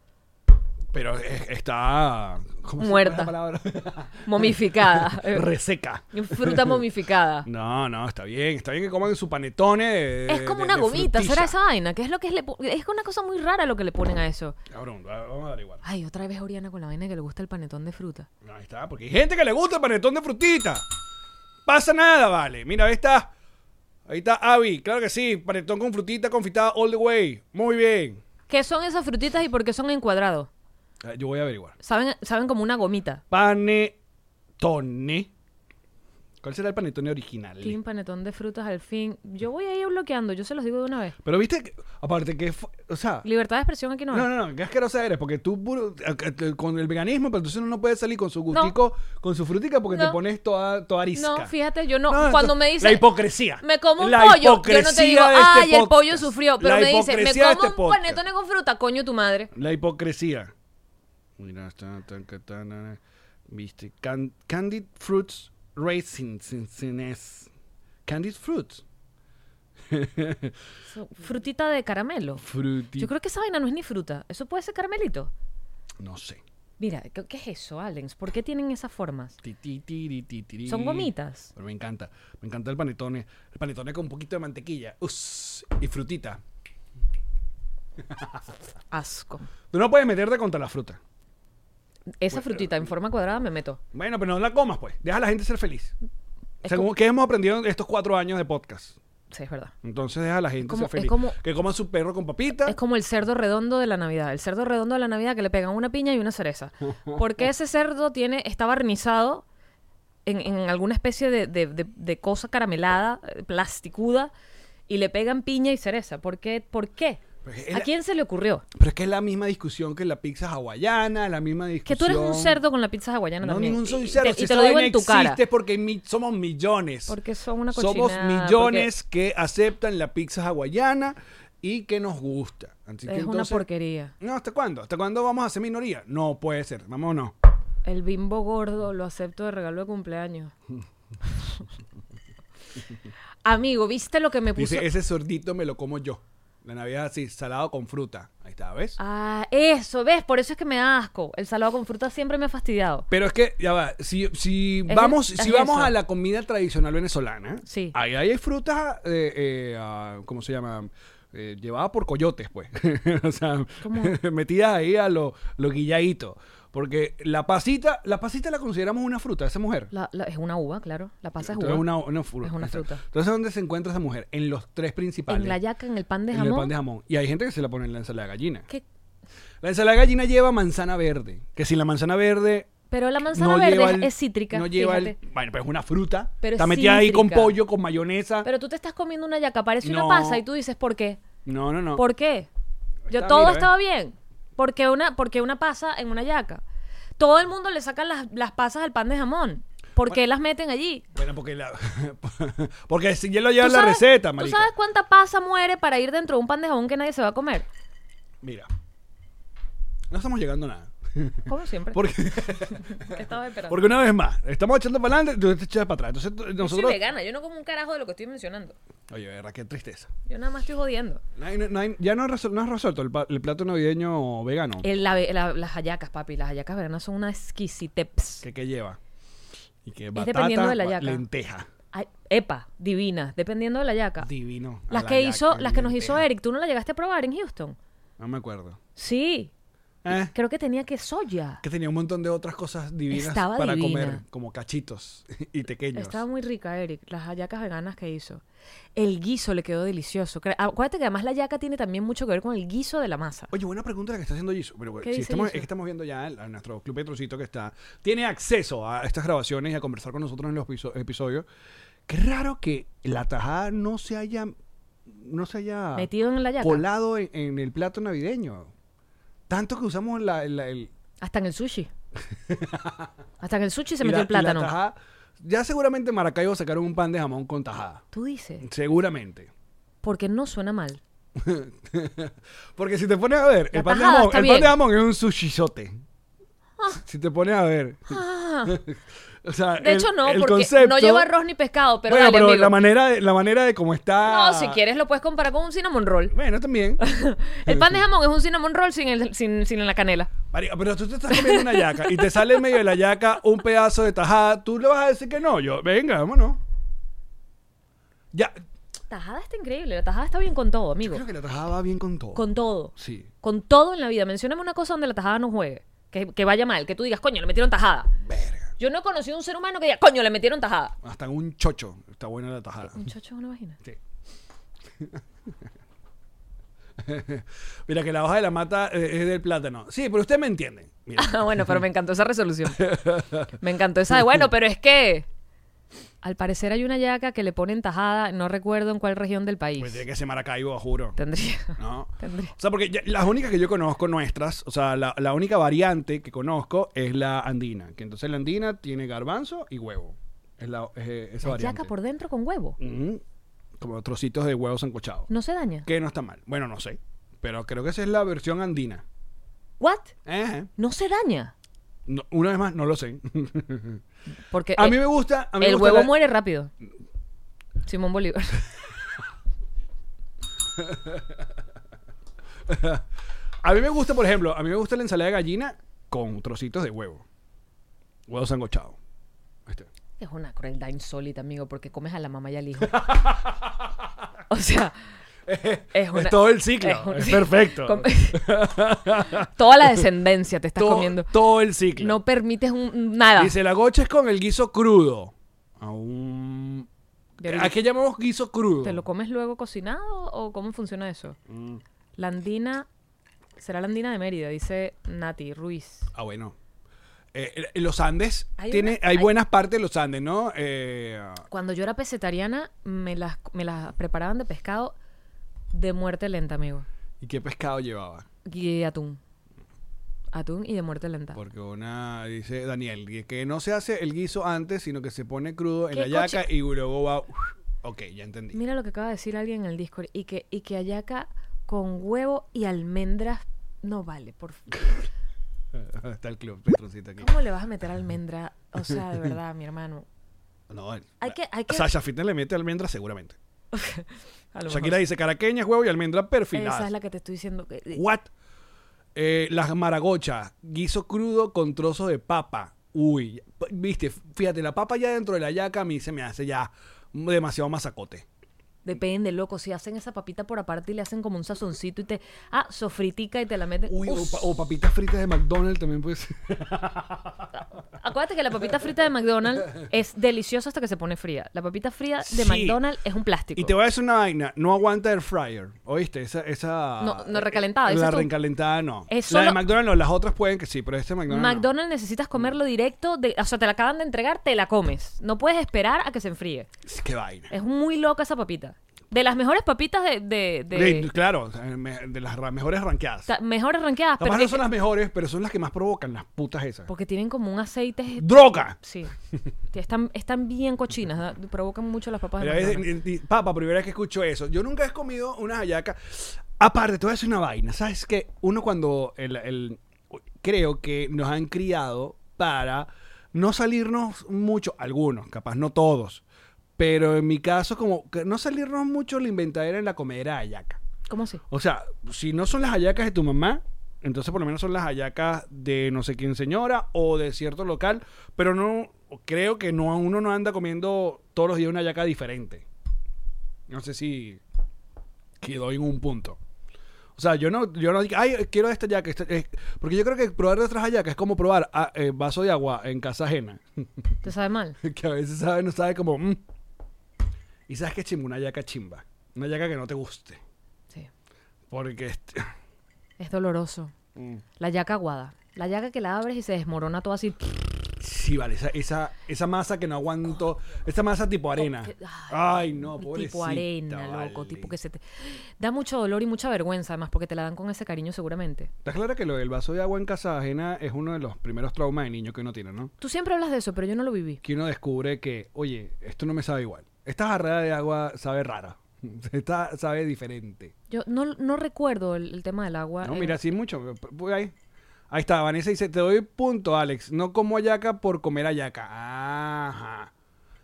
[SPEAKER 3] Pero es- está. ¿cómo se
[SPEAKER 2] Muerta.
[SPEAKER 3] llama esa palabra?
[SPEAKER 2] Momificada. Eh,
[SPEAKER 3] Reseca.
[SPEAKER 2] Fruta momificada.
[SPEAKER 3] No, no, está bien. Está bien que coman su panetone. de-
[SPEAKER 2] es como
[SPEAKER 3] de-
[SPEAKER 2] una
[SPEAKER 3] de
[SPEAKER 2] gomita,
[SPEAKER 3] frutilla.
[SPEAKER 2] ¿será esa vaina? ¿Qué es lo que le po- Es una cosa muy rara lo que le ponen a eso.
[SPEAKER 3] Cabrón, vamos a averiguar.
[SPEAKER 2] Ay, otra vez Oriana con la vaina que le gusta el panetón de fruta.
[SPEAKER 3] Ahí está, porque hay gente que le gusta el panetón de frutita. Pasa nada, vale. Mira, ahí está. Ahí está Avi, claro que sí. Panetón con frutita confitada all the way. Muy bien.
[SPEAKER 2] ¿Qué son esas frutitas y por qué son en cuadrado?
[SPEAKER 3] Eh, Yo voy a averiguar.
[SPEAKER 2] Saben, saben como una gomita.
[SPEAKER 3] Panetone. ¿Cuál será el panetone original?
[SPEAKER 2] Team panetón de frutas al fin. Yo voy a ir bloqueando, yo se los digo de una vez.
[SPEAKER 3] Pero viste, que- aparte que, fu- o sea,
[SPEAKER 2] Libertad de expresión aquí no. hay.
[SPEAKER 3] Ah. no, no, no, qué asquerosa eres, porque tú puro- eh, eh, con el veganismo, pero entonces uno no puede salir con su gustico, con su frutica, porque te
[SPEAKER 2] No.
[SPEAKER 3] pones toda, toda arisca.
[SPEAKER 2] No, fíjate, yo no.
[SPEAKER 3] No,
[SPEAKER 2] cuando
[SPEAKER 3] esto-
[SPEAKER 2] me dicen.
[SPEAKER 3] la hipocresía.
[SPEAKER 2] Me como un
[SPEAKER 3] La
[SPEAKER 2] pollo. Yo no te
[SPEAKER 3] hipocresía
[SPEAKER 2] digo,
[SPEAKER 3] de este
[SPEAKER 2] ay, el
[SPEAKER 3] podcast.
[SPEAKER 2] pollo sufrió. Pero
[SPEAKER 3] La
[SPEAKER 2] me dicen, me
[SPEAKER 3] hipocresía de
[SPEAKER 2] como
[SPEAKER 3] este
[SPEAKER 2] un
[SPEAKER 3] podcast.
[SPEAKER 2] panetone con fruta, coño tu madre.
[SPEAKER 3] La hipocresía. Mira, está tan que tan, na, na. Viste. Can- candied fruits racing sin, sin es. Candied fruits.
[SPEAKER 2] So- Frutita de caramelo.
[SPEAKER 3] Fruity.
[SPEAKER 2] Yo creo que esa vaina no es ni fruta. Eso puede ser caramelito.
[SPEAKER 3] No sé.
[SPEAKER 2] Mira, ¿qué, qué es eso, Alex? ¿Por qué tienen esas formas?
[SPEAKER 3] Ti, ti, tiri, ti, tiri.
[SPEAKER 2] Son gomitas.
[SPEAKER 3] Pero me encanta. Me encanta el panetone. El panetone con un poquito de mantequilla. Uss, y frutita.
[SPEAKER 2] Asco.
[SPEAKER 3] Tú no puedes meterte contra la fruta. Pues,
[SPEAKER 2] Esa frutita
[SPEAKER 3] eh,
[SPEAKER 2] en forma cuadrada me meto.
[SPEAKER 3] Bueno, pero no la comas, pues. Deja a la gente ser feliz.
[SPEAKER 2] Es
[SPEAKER 3] Según
[SPEAKER 2] como-
[SPEAKER 3] que hemos aprendido en estos cuatro años de podcast.
[SPEAKER 2] Sí, es verdad.
[SPEAKER 3] Entonces deja a la gente
[SPEAKER 2] como-
[SPEAKER 3] ser
[SPEAKER 2] es
[SPEAKER 3] feliz.
[SPEAKER 2] como-
[SPEAKER 3] que coma su perro con papita.
[SPEAKER 2] Es como el cerdo redondo de la Navidad. El cerdo redondo de la Navidad que le pegan una piña y una cereza. Porque ese cerdo tiene, está barnizado en, en alguna especie de, de- de- de cosa caramelada, eh, plasticuda, y le pegan piña y cereza. ¿Por qué? ¿Por qué?
[SPEAKER 3] Pues es
[SPEAKER 2] ¿A
[SPEAKER 3] la-
[SPEAKER 2] quién se le ocurrió?
[SPEAKER 3] Pero es que es la misma discusión que la pizza hawaiana, es la misma
[SPEAKER 2] Que
[SPEAKER 3] discusión.
[SPEAKER 2] tú eres un cerdo con la pizza hawaiana
[SPEAKER 3] No,
[SPEAKER 2] también.
[SPEAKER 3] ningún soy
[SPEAKER 2] Y-
[SPEAKER 3] cerdo.
[SPEAKER 2] Y te,
[SPEAKER 3] si
[SPEAKER 2] y te
[SPEAKER 3] esa
[SPEAKER 2] lo digo
[SPEAKER 3] vaina
[SPEAKER 2] en tu cara.
[SPEAKER 3] existe porque mi- somos millones.
[SPEAKER 2] Porque son una
[SPEAKER 3] Somos
[SPEAKER 2] cochinada,
[SPEAKER 3] millones que aceptan la pizza hawaiana y que nos gusta. Así que
[SPEAKER 2] Es una
[SPEAKER 3] entonces-
[SPEAKER 2] porquería.
[SPEAKER 3] No, ¿hasta cuándo? ¿Hasta cuándo vamos a ser minoría? No puede ser. Vámonos.
[SPEAKER 2] El bimbo gordo lo acepto de regalo de cumpleaños. Amigo, ¿viste lo que me puso?
[SPEAKER 3] Dice, ese sordito me lo como yo. La Navidad así, salado con fruta. Ahí está, ¿ves?
[SPEAKER 2] Ah, eso, ¿ves? Por eso es que me da asco. El salado con fruta siempre me ha fastidiado.
[SPEAKER 3] Pero es que, ya va, si, si
[SPEAKER 2] Es-
[SPEAKER 3] vamos,
[SPEAKER 2] es
[SPEAKER 3] si vamos
[SPEAKER 2] eso.
[SPEAKER 3] a la comida tradicional venezolana,
[SPEAKER 2] Sí.
[SPEAKER 3] ahí hay frutas, eh, eh, ah, ¿cómo se llama? Eh, llevadas por coyotes, pues. o sea,
[SPEAKER 2] ¿Cómo?
[SPEAKER 3] metidas ahí a lo, lo guilladito. Porque la pasita, la pasita la consideramos una fruta, esa mujer.
[SPEAKER 2] La- la- es una uva, claro. La pasa es uva.
[SPEAKER 3] Entonces, una, una fruta.
[SPEAKER 2] Es una
[SPEAKER 3] Esta-
[SPEAKER 2] fruta.
[SPEAKER 3] Entonces, ¿dónde se encuentra esa mujer? En los tres principales.
[SPEAKER 2] En la yaca, en el pan de
[SPEAKER 3] En
[SPEAKER 2] jamón.
[SPEAKER 3] el pan de jamón. Y hay gente que se la pone en la ensalada gallina.
[SPEAKER 2] ¿Qué?
[SPEAKER 3] La ensalada gallina lleva manzana verde. Que sin la manzana verde
[SPEAKER 2] Pero la manzana
[SPEAKER 3] no
[SPEAKER 2] verde
[SPEAKER 3] lleva
[SPEAKER 2] es-
[SPEAKER 3] el-
[SPEAKER 2] es cítrica.
[SPEAKER 3] No lleva el-
[SPEAKER 2] fíjate.
[SPEAKER 3] Bueno, pero es una fruta.
[SPEAKER 2] Pero
[SPEAKER 3] Está
[SPEAKER 2] es
[SPEAKER 3] metida ahí con
[SPEAKER 2] cítrica.
[SPEAKER 3] pollo, con mayonesa.
[SPEAKER 2] Pero tú te estás comiendo una yaca, parece
[SPEAKER 3] No.
[SPEAKER 2] una pasa y tú dices, ¿por qué?
[SPEAKER 3] no, no, no.
[SPEAKER 2] ¿Por qué? Yo
[SPEAKER 3] está,
[SPEAKER 2] todo
[SPEAKER 3] mira,
[SPEAKER 2] estaba bien. Porque una, porque una pasa en una yaca. Todo el mundo le saca las, las pasas al pan de jamón. ¿Por qué las meten allí?
[SPEAKER 3] Bueno, porque la... porque si ya lo lleva
[SPEAKER 2] ¿Tú
[SPEAKER 3] en la
[SPEAKER 2] sabes-
[SPEAKER 3] receta, marica.
[SPEAKER 2] ¿Tú sabes cuánta pasa muere para ir dentro de un pan de jamón que nadie se va a comer?
[SPEAKER 3] Mira. No estamos llegando a nada.
[SPEAKER 2] Como siempre.
[SPEAKER 3] Porque,
[SPEAKER 2] ¿Qué estabas esperando?
[SPEAKER 3] porque una vez más, estamos echando para adelante, tú te echas para atrás. Entonces
[SPEAKER 2] Yo soy
[SPEAKER 3] nosotros...
[SPEAKER 2] vegana, yo no como un carajo de lo que estoy mencionando.
[SPEAKER 3] Oye, verdad, qué tristeza.
[SPEAKER 2] Yo nada más estoy jodiendo.
[SPEAKER 3] No hay- no hay- ya no has, resol- no has resuelto el, pa- el plato navideño vegano.
[SPEAKER 2] El- la- la- las hallacas, papi, las hallacas veganas son una exquisiteps.
[SPEAKER 3] Que, que lleva. Y que batata,
[SPEAKER 2] dependiendo de la
[SPEAKER 3] ba-
[SPEAKER 2] yaca.
[SPEAKER 3] lenteja.
[SPEAKER 2] Ay, epa, divinas, dependiendo de la hallaca.
[SPEAKER 3] Divino. A
[SPEAKER 2] Ah. las
[SPEAKER 3] la
[SPEAKER 2] que
[SPEAKER 3] yaca
[SPEAKER 2] hizo,
[SPEAKER 3] y
[SPEAKER 2] las que nos hizo
[SPEAKER 3] lenteja.
[SPEAKER 2] Eric, ¿tú no la llegaste a probar en Houston?
[SPEAKER 3] No me acuerdo.
[SPEAKER 2] Sí.
[SPEAKER 3] ¿Eh?
[SPEAKER 2] Creo que tenía que soya.
[SPEAKER 3] que tenía un montón de otras cosas divinas
[SPEAKER 2] Estaba
[SPEAKER 3] para
[SPEAKER 2] divina.
[SPEAKER 3] comer, como cachitos y pequeños.
[SPEAKER 2] Estaba muy rica, Eric, las hallacas veganas que hizo. El guiso le quedó delicioso. Cre- Acuérdate que además la hallaca tiene también mucho que ver con el guiso de la masa.
[SPEAKER 3] Oye, buena pregunta la que está haciendo Giso. Pero bueno,
[SPEAKER 2] ¿Qué
[SPEAKER 3] si
[SPEAKER 2] dice
[SPEAKER 3] estamos, es
[SPEAKER 2] Giso?
[SPEAKER 3] que estamos viendo ya a nuestro club Petrocito que está tiene acceso a estas grabaciones y a conversar con nosotros en los episo- episodios. Qué raro que la tajada no se haya no se haya
[SPEAKER 2] Metido en la hallaca.
[SPEAKER 3] colado en, en el plato navideño. Tanto que usamos la, la- el,
[SPEAKER 2] Hasta en el sushi. Hasta en el sushi se
[SPEAKER 3] y
[SPEAKER 2] metió
[SPEAKER 3] la-
[SPEAKER 2] el
[SPEAKER 3] y la
[SPEAKER 2] plátano.
[SPEAKER 3] tajada. Ya seguramente en Maracaibo sacaron un pan de jamón con tajada.
[SPEAKER 2] Tú dices,
[SPEAKER 3] Seguramente.
[SPEAKER 2] porque no suena mal.
[SPEAKER 3] Porque si te pones a ver,
[SPEAKER 2] La
[SPEAKER 3] el pan de
[SPEAKER 2] tajada
[SPEAKER 3] jamón,
[SPEAKER 2] está
[SPEAKER 3] el pan de
[SPEAKER 2] bien.
[SPEAKER 3] jamón es un sushizote. Si te pones a ver,
[SPEAKER 2] Ajá.
[SPEAKER 3] O
[SPEAKER 2] Ah,
[SPEAKER 3] sea,
[SPEAKER 2] De
[SPEAKER 3] Hmm. el-
[SPEAKER 2] hecho, no,
[SPEAKER 3] el
[SPEAKER 2] porque
[SPEAKER 3] concepto-
[SPEAKER 2] no lleva arroz ni pescado, pero
[SPEAKER 3] bueno,
[SPEAKER 2] dale,
[SPEAKER 3] pero
[SPEAKER 2] amigo.
[SPEAKER 3] la Ah. manera, de, la manera de cómo está.
[SPEAKER 2] No, si quieres lo puedes comparar con un cinnamon roll.
[SPEAKER 3] Bueno, también.
[SPEAKER 2] El pan de jamón es un cinnamon roll sin, el- sin, sin la canela.
[SPEAKER 3] María, pero tú te estás comiendo una yaca y te sale en medio de la yaca un pedazo de tajada. Tú le vas a decir que no. Yo, venga, vámonos. Ya.
[SPEAKER 2] Tajada está increíble, la tajada está bien con todo, amigo.
[SPEAKER 3] Creo que la tajada va bien con todo.
[SPEAKER 2] Con todo.
[SPEAKER 3] Sí.
[SPEAKER 2] Con todo en la vida. Mencióname una cosa donde la tajada no juegue. Que, que vaya mal, que tú digas, coño, le metieron tajada.
[SPEAKER 3] Verga.
[SPEAKER 2] Yo no he conocido un ser humano que diga, coño, le metieron tajada.
[SPEAKER 3] Hasta en un chocho. Está buena la tajada.
[SPEAKER 2] Muchacho, una vagina.
[SPEAKER 3] Sí. Mira, que la hoja de la mata eh, es del plátano. Sí, pero ustedes me entienden. Mira.
[SPEAKER 2] Ah, bueno, pero me encantó esa resolución. Me encantó esa de, bueno, pero es que. Al parecer hay una yaca que le ponen tajada, no recuerdo en cuál región del país.
[SPEAKER 3] Pues tiene que ser Maracaibo, juro.
[SPEAKER 2] Tendría.
[SPEAKER 3] ¿no?
[SPEAKER 2] Tendría.
[SPEAKER 3] O sea, porque ya- las únicas que yo conozco nuestras, o sea, la, la única variante que conozco es la andina. Que entonces la andina tiene garbanzo y huevo. Es la es, eh, esa
[SPEAKER 2] La
[SPEAKER 3] variante.
[SPEAKER 2] yaca por dentro con huevo.
[SPEAKER 3] Ujú. Como trocitos de huevos sancochados.
[SPEAKER 2] No se daña.
[SPEAKER 3] Que no está mal. Bueno, no sé. Pero creo que esa es la versión andina.
[SPEAKER 2] ¿What?
[SPEAKER 3] Ajá.
[SPEAKER 2] No se daña.
[SPEAKER 3] No, una vez más, no lo sé.
[SPEAKER 2] Porque
[SPEAKER 3] a
[SPEAKER 2] eh,
[SPEAKER 3] mí me gusta. a mí me
[SPEAKER 2] el
[SPEAKER 3] gusta
[SPEAKER 2] huevo
[SPEAKER 3] la-
[SPEAKER 2] muere rápido. Simón Bolívar.
[SPEAKER 3] A mí me gusta, por ejemplo, a mí me gusta la ensalada de gallina con trocitos de huevo. Huevo sancochado. Este.
[SPEAKER 2] Es una crueldad insólita, amigo, porque comes a la mamá y al hijo. o sea, es, una-
[SPEAKER 3] todo el ciclo,
[SPEAKER 2] un-
[SPEAKER 3] es perfecto.
[SPEAKER 2] Com- Toda la descendencia te estás
[SPEAKER 3] To-
[SPEAKER 2] comiendo.
[SPEAKER 3] Todo el ciclo.
[SPEAKER 2] No permites un- nada.
[SPEAKER 3] Dice, la gocha es con el guiso crudo. A un...
[SPEAKER 2] Pero-
[SPEAKER 3] ¿A qué llamamos guiso crudo?
[SPEAKER 2] ¿Te lo comes luego cocinado o cómo funciona eso?
[SPEAKER 3] Mm.
[SPEAKER 2] La andina, será la andina de Mérida, dice Nati Ruiz.
[SPEAKER 3] Ah, bueno. Eh, eh, los Andes,
[SPEAKER 2] Hay
[SPEAKER 3] tiene- hay,
[SPEAKER 2] una- hay-
[SPEAKER 3] buenas partes de los Andes, ¿no? Eh,
[SPEAKER 2] Cuando yo era pesetariana, me las, me las preparaban de pescado de muerte lenta, amigo.
[SPEAKER 3] ¿Y qué pescado llevaba?
[SPEAKER 2] Y atún. Atún y de muerte lenta.
[SPEAKER 3] Porque una, dice Daniel, que no se hace el guiso antes, sino que se pone crudo en
[SPEAKER 2] ¿Qué
[SPEAKER 3] la yaca
[SPEAKER 2] coche-
[SPEAKER 3] y luego va... ok, ya entendí.
[SPEAKER 2] Mira lo que acaba de decir alguien en el Discord. Y que, y que ayaca con huevo y almendras no vale, por favor.
[SPEAKER 3] Está el club Petroncito aquí.
[SPEAKER 2] ¿Cómo le vas a meter almendra? O sea, de verdad, mi hermano.
[SPEAKER 3] No,
[SPEAKER 2] Hay que- hay que-
[SPEAKER 3] Sasha Fitness le mete almendra seguramente.
[SPEAKER 2] A lo
[SPEAKER 3] Shakira
[SPEAKER 2] mejor.
[SPEAKER 3] dice caraqueña, huevo y almendra perfiladas.
[SPEAKER 2] Esa es la que te estoy diciendo. que-
[SPEAKER 3] What? Eh, las maragochas, guiso crudo con trozos de papa. Uy, p- viste, fíjate, la papa ya dentro de la yaca a mí se me hace ya demasiado masacote.
[SPEAKER 2] Depende, loco. Si hacen esa papita por aparte y le hacen como un sazoncito y te. Ah, sofritica y te la meten.
[SPEAKER 3] Uy, o,
[SPEAKER 2] Uf.
[SPEAKER 3] pa- o papitas fritas de McDonald's también puede ser.
[SPEAKER 2] Acuérdate que la papita frita de McDonald's es deliciosa hasta que se pone fría. La papita fría de
[SPEAKER 3] Sí.
[SPEAKER 2] McDonald's es un plástico.
[SPEAKER 3] Y te voy a decir una vaina, no aguanta el fryer, ¿oíste? Esa, esa...
[SPEAKER 2] No, no, recalentada,
[SPEAKER 3] La
[SPEAKER 2] dices tú.
[SPEAKER 3] recalentada no.
[SPEAKER 2] Es
[SPEAKER 3] La de
[SPEAKER 2] solo-
[SPEAKER 3] McDonald's no, las otras pueden que sí, pero este McDonald's no.
[SPEAKER 2] McDonald's necesitas comerlo directo, de- o sea, te la acaban de entregar, te la comes. No puedes esperar a que se enfríe.
[SPEAKER 3] Es que vaina.
[SPEAKER 2] Es muy loca esa papita. De las mejores papitas de... de- de-
[SPEAKER 3] De- claro, o sea, me- de las ra- mejores ranqueadas.
[SPEAKER 2] o sea, mejores ranqueadas, pero
[SPEAKER 3] Capaz no
[SPEAKER 2] que-
[SPEAKER 3] son las mejores, pero son las que más provocan las putas esas.
[SPEAKER 2] porque tienen como un aceite...
[SPEAKER 3] ¡Droga!
[SPEAKER 2] Sí. Tía, Están, están bien cochinas, ¿verdad? provocan mucho las papas de
[SPEAKER 3] Mira, es-
[SPEAKER 2] McDonald's.
[SPEAKER 3] y- y- papa, primera vez que escucho eso. Yo nunca he comido unas hallacas. Aparte, te voy a decir una vaina. ¿Sabes que Uno cuando... El, el- creo que nos han criado para no salirnos mucho. Algunos, capaz no todos. Pero en mi caso, como que no salirnos mucho la inventadera en la comedera de hallaca.
[SPEAKER 2] ¿Cómo así?
[SPEAKER 3] O sea, si no son las hallacas de tu mamá, entonces por lo menos son las hallacas de no sé quién señora o de cierto local, pero no creo que no uno no anda comiendo todos los días una hallaca diferente. No sé si quedó en un punto. O sea, yo no, yo no digo, ay, quiero esta hallaca. esta- eh", porque yo creo que probar de otras hallacas es como probar ah, eh, vaso de agua en casa ajena.
[SPEAKER 2] ¿Te sabe mal?
[SPEAKER 3] que a veces sabe, no sabe como. "Mm". Y sabes que chimba, una hallaca chimba. Una hallaca que no te guste.
[SPEAKER 2] Sí.
[SPEAKER 3] Porque este-
[SPEAKER 2] Es doloroso. La yaca aguada. La yaca que la abres y se desmorona todo así.
[SPEAKER 3] Sí, vale, esa, esa, esa masa que no aguanto, esa masa tipo arena. Ay, no, pobrecita.
[SPEAKER 2] Oh, tipo arena, loco.
[SPEAKER 3] vale.
[SPEAKER 2] Tipo que se te... Da mucho dolor y mucha vergüenza, además, porque te la dan con ese cariño seguramente.
[SPEAKER 3] Está clara que lo del vaso de agua en casa ajena es uno de los primeros traumas de niño que uno tiene, ¿no?
[SPEAKER 2] Tú siempre hablas de eso, pero yo no lo viví.
[SPEAKER 3] Que uno descubre que, oye, esto no me sabe igual. Esta jarrada de agua sabe rara. Esta sabe diferente.
[SPEAKER 2] Yo no, no recuerdo el, el tema del agua.
[SPEAKER 3] No,
[SPEAKER 2] eh,
[SPEAKER 3] mira, sí, mucho. p- p- ahí. Ahí está, Vanessa dice, te doy punto, Alex. No como ayaca por comer ayaca. Ajá.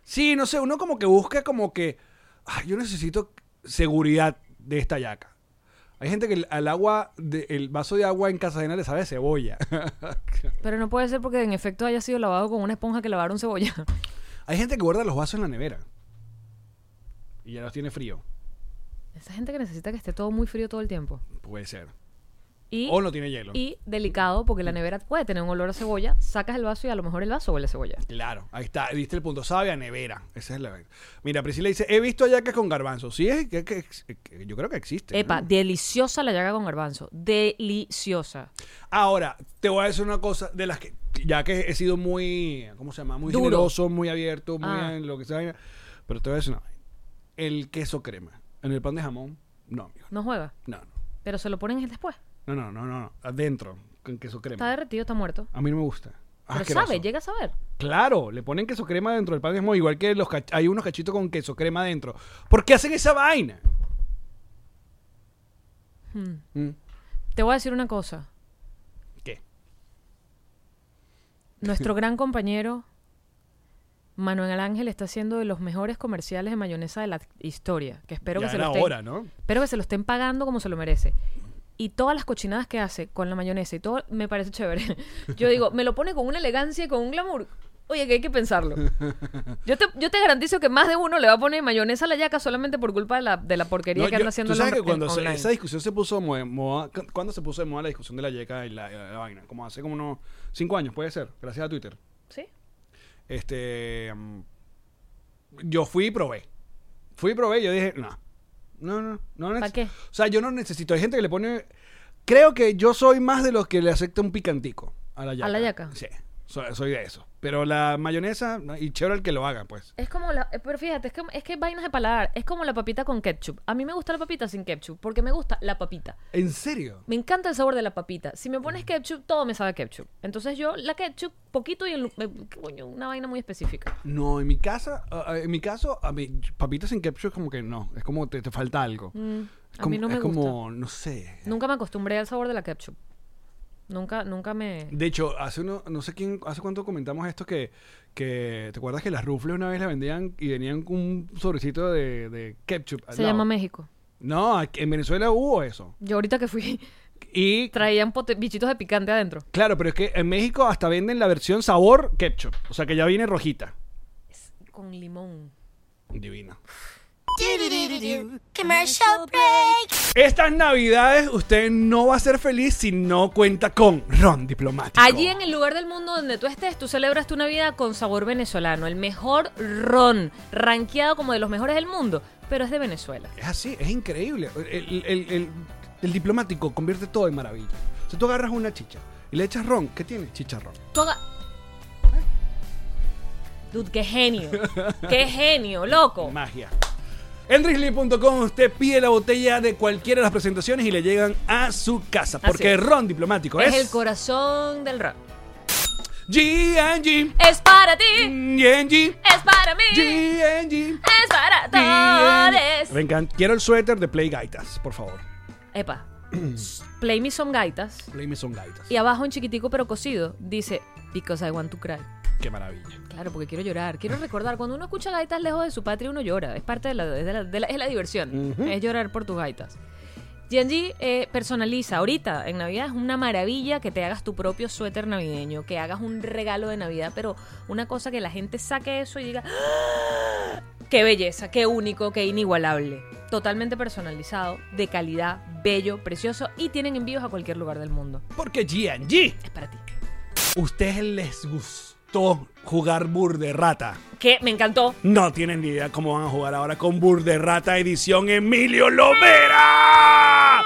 [SPEAKER 3] Sí, no sé, uno como que busca como que, "Ay, yo necesito seguridad de esta ayaca. Hay gente que el, al agua, de- el vaso de agua en Cartagena le sabe a cebolla.
[SPEAKER 2] Pero no puede ser porque en efecto haya sido lavado con una esponja que lavaron cebolla.
[SPEAKER 3] Hay gente que guarda los vasos en la nevera. Y ya los tiene frío.
[SPEAKER 2] Esa gente que necesita que esté todo muy frío todo el tiempo.
[SPEAKER 3] Puede ser.
[SPEAKER 2] Y,
[SPEAKER 3] o no tiene hielo.
[SPEAKER 2] y delicado porque la nevera puede tener un olor a cebolla, sacas el vaso y a lo mejor el vaso huele a cebolla.
[SPEAKER 3] Claro, ahí está, viste el punto, sabe a nevera. Esa es la vaina. Mira, Priscila dice, he visto hallacas con garbanzos. Sí, es que, que- ex- eh, que yo creo que existe.
[SPEAKER 2] Epa, deliciosa la llaga con garbanzo. Deliciosa.
[SPEAKER 3] Ahora, te voy a decir una cosa de las que, ya que he sido muy, ¿cómo se llama? Muy
[SPEAKER 2] Duro.
[SPEAKER 3] generoso, muy abierto, muy
[SPEAKER 2] Ah.
[SPEAKER 3] en lo que sea. Pero te voy a decir una vaina. El queso crema en el pan de jamón, no, amigo.
[SPEAKER 2] No juega.
[SPEAKER 3] No, no,
[SPEAKER 2] Pero se lo ponen después.
[SPEAKER 3] no, no, no, no, no. adentro, con queso
[SPEAKER 2] Está
[SPEAKER 3] crema.
[SPEAKER 2] derretido, está muerto.
[SPEAKER 3] A mí no me gusta. Ah,
[SPEAKER 2] Pero
[SPEAKER 3] Asqueroso.
[SPEAKER 2] sabe, llega a saber.
[SPEAKER 3] Claro, le ponen queso crema dentro del pan de jamón, igual que los cach- hay unos cachitos con queso crema dentro. ¿Por qué hacen esa vaina?
[SPEAKER 2] Hmm.
[SPEAKER 3] Mm.
[SPEAKER 2] Te voy a decir una cosa.
[SPEAKER 3] ¿Qué?
[SPEAKER 2] Nuestro gran compañero Manuel Ángel está haciendo de los mejores comerciales de mayonesa de la historia. Que espero
[SPEAKER 3] Ya
[SPEAKER 2] que se
[SPEAKER 3] era
[SPEAKER 2] lo estén,
[SPEAKER 3] hora, ¿no?
[SPEAKER 2] Espero que se lo estén pagando como se lo merece. Y todas las cochinadas que hace con la mayonesa y todo me parece chévere. Yo digo, me lo pone con una elegancia y con un glamour. Oye, que hay que pensarlo. Yo te, yo te garantizo que más de uno le va a poner mayonesa a la yaca solamente por culpa de la, de la porquería
[SPEAKER 3] No,
[SPEAKER 2] que
[SPEAKER 3] yo-
[SPEAKER 2] anda haciendo
[SPEAKER 3] Tú
[SPEAKER 2] el
[SPEAKER 3] sabes
[SPEAKER 2] hombre
[SPEAKER 3] que cuando
[SPEAKER 2] en-
[SPEAKER 3] se-
[SPEAKER 2] online.
[SPEAKER 3] esa discusión se puso mo- de moda, cu- ¿cuándo se puso de moda la discusión de la yeca y la, la- la vaina? Como hace como unos cinco años, puede ser, gracias a Twitter.
[SPEAKER 2] ¿Sí?
[SPEAKER 3] Este, mm, yo fui y probé. Fui y probé y yo dije, no, no, no, no. neces-
[SPEAKER 2] ¿Pa' qué?
[SPEAKER 3] O sea, yo no necesito. Hay gente que le pone, creo que yo soy más de los que le acepta un picantico a la yaca.
[SPEAKER 2] la yaca?
[SPEAKER 3] Sí, soy, soy de eso. Pero la mayonesa, no, y chévere el que lo haga, pues.
[SPEAKER 2] Es como la. eh, Pero fíjate, es que, es que hay vainas de paladar. Es como la papita con ketchup. A mí me gusta la papita sin ketchup porque me gusta la papita.
[SPEAKER 3] ¿En serio?
[SPEAKER 2] Me encanta el sabor de la papita. Si me
[SPEAKER 3] Mm.
[SPEAKER 2] pones ketchup, todo me sabe a ketchup. Entonces yo, la ketchup, poquito y en lu- eh, coño, una vaina muy específica.
[SPEAKER 3] No, en mi casa, ah, ah, en mi caso, a mí, papitas sin ketchup es como que no, es como te, te falta algo. es
[SPEAKER 2] Mm, a
[SPEAKER 3] como,
[SPEAKER 2] mí no me
[SPEAKER 3] es como, no sé.
[SPEAKER 2] Nunca me acostumbré al sabor de la ketchup. Nunca, nunca me.
[SPEAKER 3] De hecho, hace uno, no sé quién, hace cuánto comentamos esto que, que ¿te acuerdas que las rufles una vez las vendían y venían con un sobrecito de, de ketchup? al
[SPEAKER 2] Se
[SPEAKER 3] lado?
[SPEAKER 2] llama México.
[SPEAKER 3] No, aquí- en Venezuela hubo eso.
[SPEAKER 2] Yo ahorita que fui,
[SPEAKER 3] Y
[SPEAKER 2] traían pote- bichitos de picante adentro.
[SPEAKER 3] claro, pero es que en México hasta venden la versión sabor ketchup, o sea que ya viene rojita.
[SPEAKER 2] Con limón.
[SPEAKER 3] Divina.
[SPEAKER 1] Commercial break.
[SPEAKER 3] Estas navidades usted no va a ser feliz si no cuenta con ron diplomático.
[SPEAKER 2] Allí en el lugar del mundo donde tú estés, tú celebras tu Navidad con sabor venezolano, el mejor ron, rankeado como de los mejores del mundo, pero es de Venezuela.
[SPEAKER 3] Es así, es increíble. El, el- el- el- el diplomático convierte todo en maravilla. O sea, tú agarras una chicha y le echas ron. ¿Qué tiene? Chicharrón.
[SPEAKER 2] Tú haga- Dude, qué genio. Qué genio, loco.
[SPEAKER 3] Magia. En drizzly.com usted pide la botella de cualquiera de las presentaciones y le llegan a su casa.
[SPEAKER 2] Así
[SPEAKER 3] Porque
[SPEAKER 2] es.
[SPEAKER 3] ron diplomático
[SPEAKER 2] Es
[SPEAKER 3] es.
[SPEAKER 2] el corazón del ron.
[SPEAKER 3] G&G.
[SPEAKER 2] Es para
[SPEAKER 3] Mm.
[SPEAKER 2] ti,
[SPEAKER 3] G&G.
[SPEAKER 2] es para mí,
[SPEAKER 3] G&G.
[SPEAKER 2] es para todos.
[SPEAKER 3] Me encanta. Quiero el suéter de Play Gaitas, por favor.
[SPEAKER 2] Epa, play me some gaitas.
[SPEAKER 3] Play me son gaitas.
[SPEAKER 2] Y abajo en chiquitico pero cocido dice, because I want to cry.
[SPEAKER 3] Qué maravilla.
[SPEAKER 2] Claro, porque quiero llorar. Quiero recordar, cuando uno escucha gaitas lejos de su patria, uno llora. Es parte de la, es de la- de la- es la diversión. Es llorar por tus gaitas. G&G eh, personaliza. Ahorita, en Navidad, es una maravilla que te hagas tu propio suéter navideño, que hagas un regalo de Navidad, pero una cosa que la gente saque eso y diga, "¡Ah! ¡qué belleza, qué único, qué inigualable! Totalmente personalizado, de calidad, bello, precioso, y tienen envíos a cualquier lugar del mundo.
[SPEAKER 3] Porque G&G.
[SPEAKER 2] Es para ti.
[SPEAKER 3] ¿Ustedes les gustó jugar bur de rata?
[SPEAKER 2] Que me encantó.
[SPEAKER 3] No tienen ni idea cómo van a jugar ahora con Bur de Rata Edición Emilio Lovera.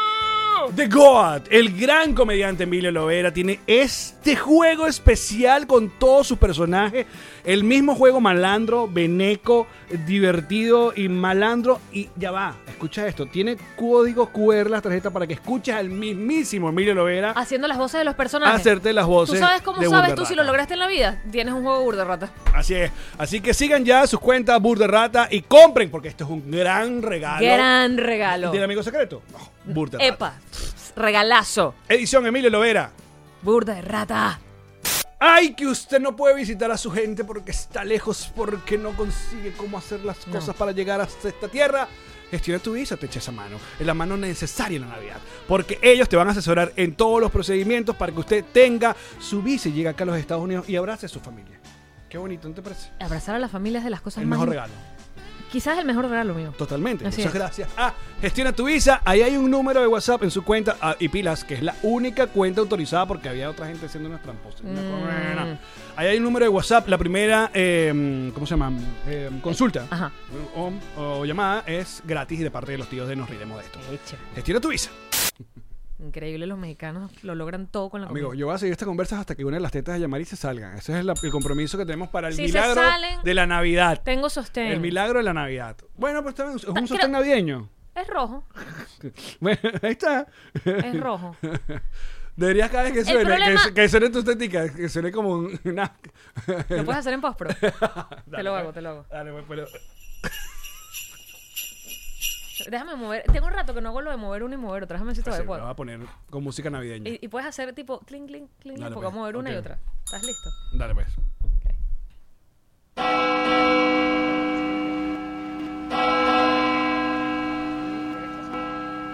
[SPEAKER 3] The God, el gran comediante Emilio Lovera, tiene este juego especial con todos sus personajes. El mismo juego malandro, beneco, divertido y malandro. Y ya va, escucha esto: tiene códigos QR las tarjetas para que escuches al mismísimo Emilio Lovera
[SPEAKER 2] Haciendo las voces de los personajes.
[SPEAKER 3] hacerte las
[SPEAKER 2] ¿Tú
[SPEAKER 3] voces.
[SPEAKER 2] sabes cómo
[SPEAKER 3] de Bur
[SPEAKER 2] sabes
[SPEAKER 3] de
[SPEAKER 2] tú si
[SPEAKER 3] Rata.
[SPEAKER 2] lo lograste en la vida? Tienes un juego burda rata.
[SPEAKER 3] Así es. Así que sigan ya sus cuentas Bur de Rata y compren, porque esto es un gran regalo.
[SPEAKER 2] Gran regalo.
[SPEAKER 3] ¿Del amigo secreto? No, Bur de Rata.
[SPEAKER 2] Epa, regalazo.
[SPEAKER 3] Edición Emilio Lovera.
[SPEAKER 2] Burda de rata.
[SPEAKER 3] Ay, que usted no puede visitar a su gente porque está lejos, porque no consigue cómo hacer las
[SPEAKER 2] No.
[SPEAKER 3] cosas para llegar hasta esta tierra. Gestiona tu visa, te echa esa mano. Es la mano necesaria en la Navidad. Porque ellos te van a asesorar en todos los procedimientos para que usted tenga su visa y llegue acá a los Estados Unidos y abrace a su familia. Qué bonito, ¿no te parece?
[SPEAKER 2] Abrazar a las familias de las cosas
[SPEAKER 3] El
[SPEAKER 2] más.
[SPEAKER 3] mejor
[SPEAKER 2] im-
[SPEAKER 3] regalo.
[SPEAKER 2] Quizás el mejor regalo mío.
[SPEAKER 3] Totalmente.
[SPEAKER 2] Así
[SPEAKER 3] Muchas
[SPEAKER 2] es.
[SPEAKER 3] gracias. Ah, gestiona tu visa. Ahí hay un número de WhatsApp en su cuenta ah, y pilas, que es la única cuenta autorizada porque había otra gente haciendo unas tramposas. Una
[SPEAKER 2] Mm.
[SPEAKER 3] corona. Ahí hay un número de WhatsApp. La primera, eh, ¿cómo se llama? Eh, consulta
[SPEAKER 2] Ajá.
[SPEAKER 3] O, o llamada es gratis y de parte de los tíos de Nos Riremos de esto.
[SPEAKER 2] Hecho.
[SPEAKER 3] Gestiona tu visa.
[SPEAKER 2] Increíble, los mexicanos lo logran todo con la
[SPEAKER 3] Amigo,
[SPEAKER 2] comida.
[SPEAKER 3] yo voy a seguir esta conversa hasta que una de las tetas de Yamari se salgan. Ese es el, el compromiso que tenemos para el
[SPEAKER 2] Si se
[SPEAKER 3] milagro
[SPEAKER 2] salen-
[SPEAKER 3] de la Navidad.
[SPEAKER 2] Tengo sostén.
[SPEAKER 3] El milagro de la Navidad. Bueno, pues también es un
[SPEAKER 2] Creo-
[SPEAKER 3] sostén navideño.
[SPEAKER 2] Es rojo.
[SPEAKER 3] Bueno, ahí está.
[SPEAKER 2] Es rojo.
[SPEAKER 3] Deberías cada vez que suene,
[SPEAKER 2] problema-
[SPEAKER 3] que, que suene tu estética, que suene como un- una...
[SPEAKER 2] Lo puedes hacer en postpro. te lo hago, te lo hago.
[SPEAKER 3] Dale, pues, pero-
[SPEAKER 2] Déjame mover. Tengo un rato que no hago lo de mover uno y mover otra. Déjame ver si
[SPEAKER 3] pues, Sí,
[SPEAKER 2] todavía
[SPEAKER 3] lo voy a
[SPEAKER 2] puedo.
[SPEAKER 3] poner con música navideña.
[SPEAKER 2] Y, y puedes hacer tipo clink, clink, clink,
[SPEAKER 3] Dale,
[SPEAKER 2] porque
[SPEAKER 3] pues.
[SPEAKER 2] vamos a mover una y
[SPEAKER 3] Ok.
[SPEAKER 2] otra. ¿Estás listo?
[SPEAKER 3] Dale, pues.
[SPEAKER 2] Ok.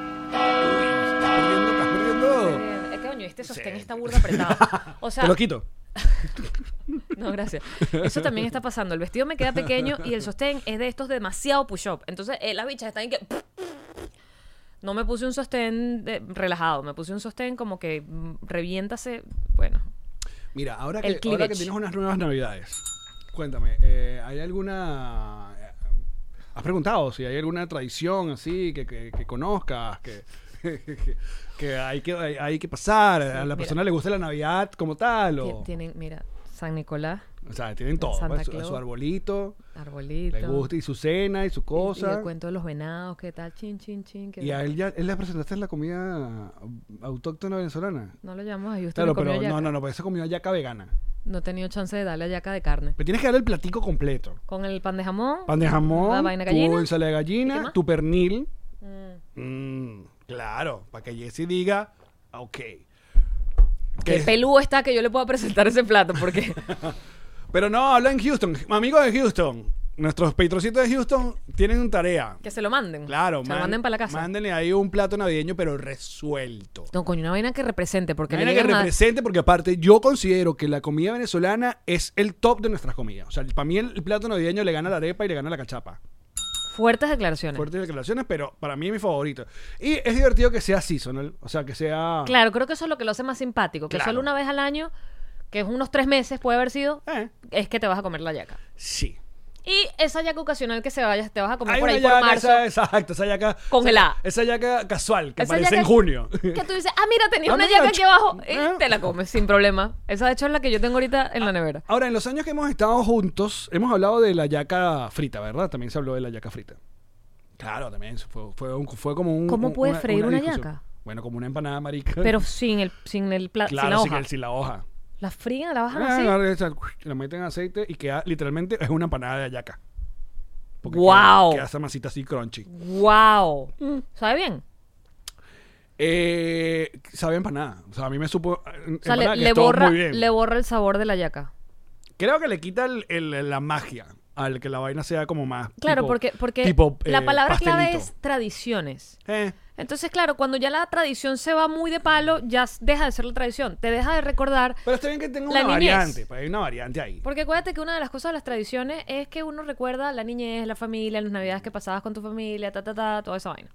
[SPEAKER 3] Estás perdiendo, estás perdiendo.
[SPEAKER 2] Bien. Eh, coño, este sostén está burda apretado. O sea,
[SPEAKER 3] Te lo quito.
[SPEAKER 2] No, gracias. Eso también está pasando. El vestido me queda pequeño y el sostén es de estos demasiado push-up. Entonces, eh, las bichas están en que... No me puse un sostén de- relajado, me puse un sostén como que mm, reviéntase. Bueno,
[SPEAKER 3] Mira, ahora
[SPEAKER 2] El
[SPEAKER 3] que, ahora
[SPEAKER 2] cleavage.
[SPEAKER 3] que tienes unas nuevas navidades, cuéntame, eh, ¿hay alguna... eh, ¿Has preguntado si hay alguna tradición así que, que- que conozcas? Que, que, que hay que hay, hay que pasar, a la
[SPEAKER 2] mira.
[SPEAKER 3] persona le gusta la Navidad como tal o,
[SPEAKER 2] Tien- tienen, mira, San Nicolás,
[SPEAKER 3] o sea, tienen todo,
[SPEAKER 2] Santa
[SPEAKER 3] pues, su,
[SPEAKER 2] Claus.
[SPEAKER 3] su arbolito,
[SPEAKER 2] arbolito.
[SPEAKER 3] le gusta y su cena y su
[SPEAKER 2] y- Y,
[SPEAKER 3] cosa.
[SPEAKER 2] el cuento de los venados, qué tal, chin, chin, chin. que-
[SPEAKER 3] Y, a él ya él le presentaste la comida autóctona venezolana.
[SPEAKER 2] No lo llamamos ahí, usted
[SPEAKER 3] Claro,
[SPEAKER 2] le comió
[SPEAKER 3] pero no,
[SPEAKER 2] yaca.
[SPEAKER 3] no, no, porque esa comida yaca vegana.
[SPEAKER 2] No he tenido chance de darle a yaca de carne.
[SPEAKER 3] Pero tienes que darle el platico completo.
[SPEAKER 2] Con el pan de jamón.
[SPEAKER 3] Pan de jamón,
[SPEAKER 2] La Ah, vaina
[SPEAKER 3] tu
[SPEAKER 2] gallina.
[SPEAKER 3] ensalada de
[SPEAKER 2] ¿Y qué
[SPEAKER 3] gallina,
[SPEAKER 2] más?
[SPEAKER 3] tu pernil.
[SPEAKER 2] Mm.
[SPEAKER 3] Mm, claro, para que Jesse diga, ah, ok.
[SPEAKER 2] Qué
[SPEAKER 3] Que-
[SPEAKER 2] peludo está que yo le pueda presentar ese plato, porque...
[SPEAKER 3] pero no, habla en Houston. Amigos de Houston, nuestros patrocitos de Houston tienen tarea.
[SPEAKER 2] Que se lo manden.
[SPEAKER 3] Claro,
[SPEAKER 2] se lo
[SPEAKER 3] man-
[SPEAKER 2] manden para la casa.
[SPEAKER 3] Mándenle ahí un plato navideño, pero resuelto.
[SPEAKER 2] No, coño, una vaina que represente, porque
[SPEAKER 3] Vaina
[SPEAKER 2] le
[SPEAKER 3] que
[SPEAKER 2] llegan a-
[SPEAKER 3] represente, porque aparte yo considero que la comida venezolana es el top de nuestras comidas. O sea, para mí el plato navideño le gana la arepa y le gana la cachapa.
[SPEAKER 2] fuertes declaraciones.
[SPEAKER 3] Fuertes declaraciones, pero para mí es mi favorito. Y es divertido que sea seasonal, o sea, que sea...
[SPEAKER 2] Claro, creo que eso es lo que lo hace más simpático, que
[SPEAKER 3] Claro.
[SPEAKER 2] solo una vez al año, que es unos tres meses, puede haber sido,
[SPEAKER 3] Eh,
[SPEAKER 2] es que te vas a comer la yaca.
[SPEAKER 3] sí.
[SPEAKER 2] Y esa yaca ocasional que se vayas, te vas a comer
[SPEAKER 3] Hay
[SPEAKER 2] por
[SPEAKER 3] una
[SPEAKER 2] ahí por
[SPEAKER 3] yaca,
[SPEAKER 2] marzo.
[SPEAKER 3] esa- exacto, esa yaca...
[SPEAKER 2] Congelada.
[SPEAKER 3] Esa, esa yaca casual, que
[SPEAKER 2] Esa
[SPEAKER 3] aparece
[SPEAKER 2] yaca
[SPEAKER 3] en junio.
[SPEAKER 2] Que tú dices, ah, mira, tenía
[SPEAKER 3] No,
[SPEAKER 2] una
[SPEAKER 3] no,
[SPEAKER 2] yaca
[SPEAKER 3] no,
[SPEAKER 2] aquí abajo.
[SPEAKER 3] ch- ah.
[SPEAKER 2] Y
[SPEAKER 3] no.
[SPEAKER 2] te la comes sin problema. Esa, de hecho, es la que yo tengo ahorita en la
[SPEAKER 3] Ah.
[SPEAKER 2] nevera.
[SPEAKER 3] Ahora, en los años que hemos estado juntos, hemos hablado de la yaca frita, ¿verdad? También se habló de la yaca frita. Claro, también eso fue, fue, un- fue como un...
[SPEAKER 2] ¿Cómo
[SPEAKER 3] un-
[SPEAKER 2] puedes freír una
[SPEAKER 3] discusión.
[SPEAKER 2] yaca?
[SPEAKER 3] Bueno, como una empanada marica.
[SPEAKER 2] Pero sin el, sin el plato,
[SPEAKER 3] claro,
[SPEAKER 2] sin la
[SPEAKER 3] sin
[SPEAKER 2] hoja.
[SPEAKER 3] el- sin la hoja.
[SPEAKER 2] La frían, la bajan
[SPEAKER 3] Ah,
[SPEAKER 2] así.
[SPEAKER 3] agarra esa, la meten en aceite y queda literalmente es una empanada de ayaca. Porque
[SPEAKER 2] Guau.
[SPEAKER 3] Queda, queda esa masita así crunchy.
[SPEAKER 2] ¡Wow! ¿Sabe bien?
[SPEAKER 3] Eh, sabe a empanada. O sea, a mí me supo eh,
[SPEAKER 2] O sea,
[SPEAKER 3] empanada
[SPEAKER 2] le,
[SPEAKER 3] que
[SPEAKER 2] le
[SPEAKER 3] estuvo
[SPEAKER 2] borra,
[SPEAKER 3] muy bien.
[SPEAKER 2] le borra el sabor de la yaca.
[SPEAKER 3] Creo que le quita el- el- la magia al que la vaina sea como más
[SPEAKER 2] Claro,
[SPEAKER 3] tipo-
[SPEAKER 2] porque, porque
[SPEAKER 3] tipo,
[SPEAKER 2] la
[SPEAKER 3] eh,
[SPEAKER 2] palabra clave
[SPEAKER 3] pastelito.
[SPEAKER 2] es tradiciones.
[SPEAKER 3] Eh,
[SPEAKER 2] Entonces, claro, cuando ya la tradición se va muy de palo, ya s- deja de ser la tradición. Te deja de recordar.
[SPEAKER 3] pero está bien que tenga
[SPEAKER 2] La
[SPEAKER 3] una
[SPEAKER 2] niñez.
[SPEAKER 3] variante. Pues hay una variante ahí.
[SPEAKER 2] Porque acuérdate que una de las cosas de las tradiciones es que uno recuerda la niñez, la familia, las navidades que pasabas con tu familia, ta, ta, ta, toda esa vaina.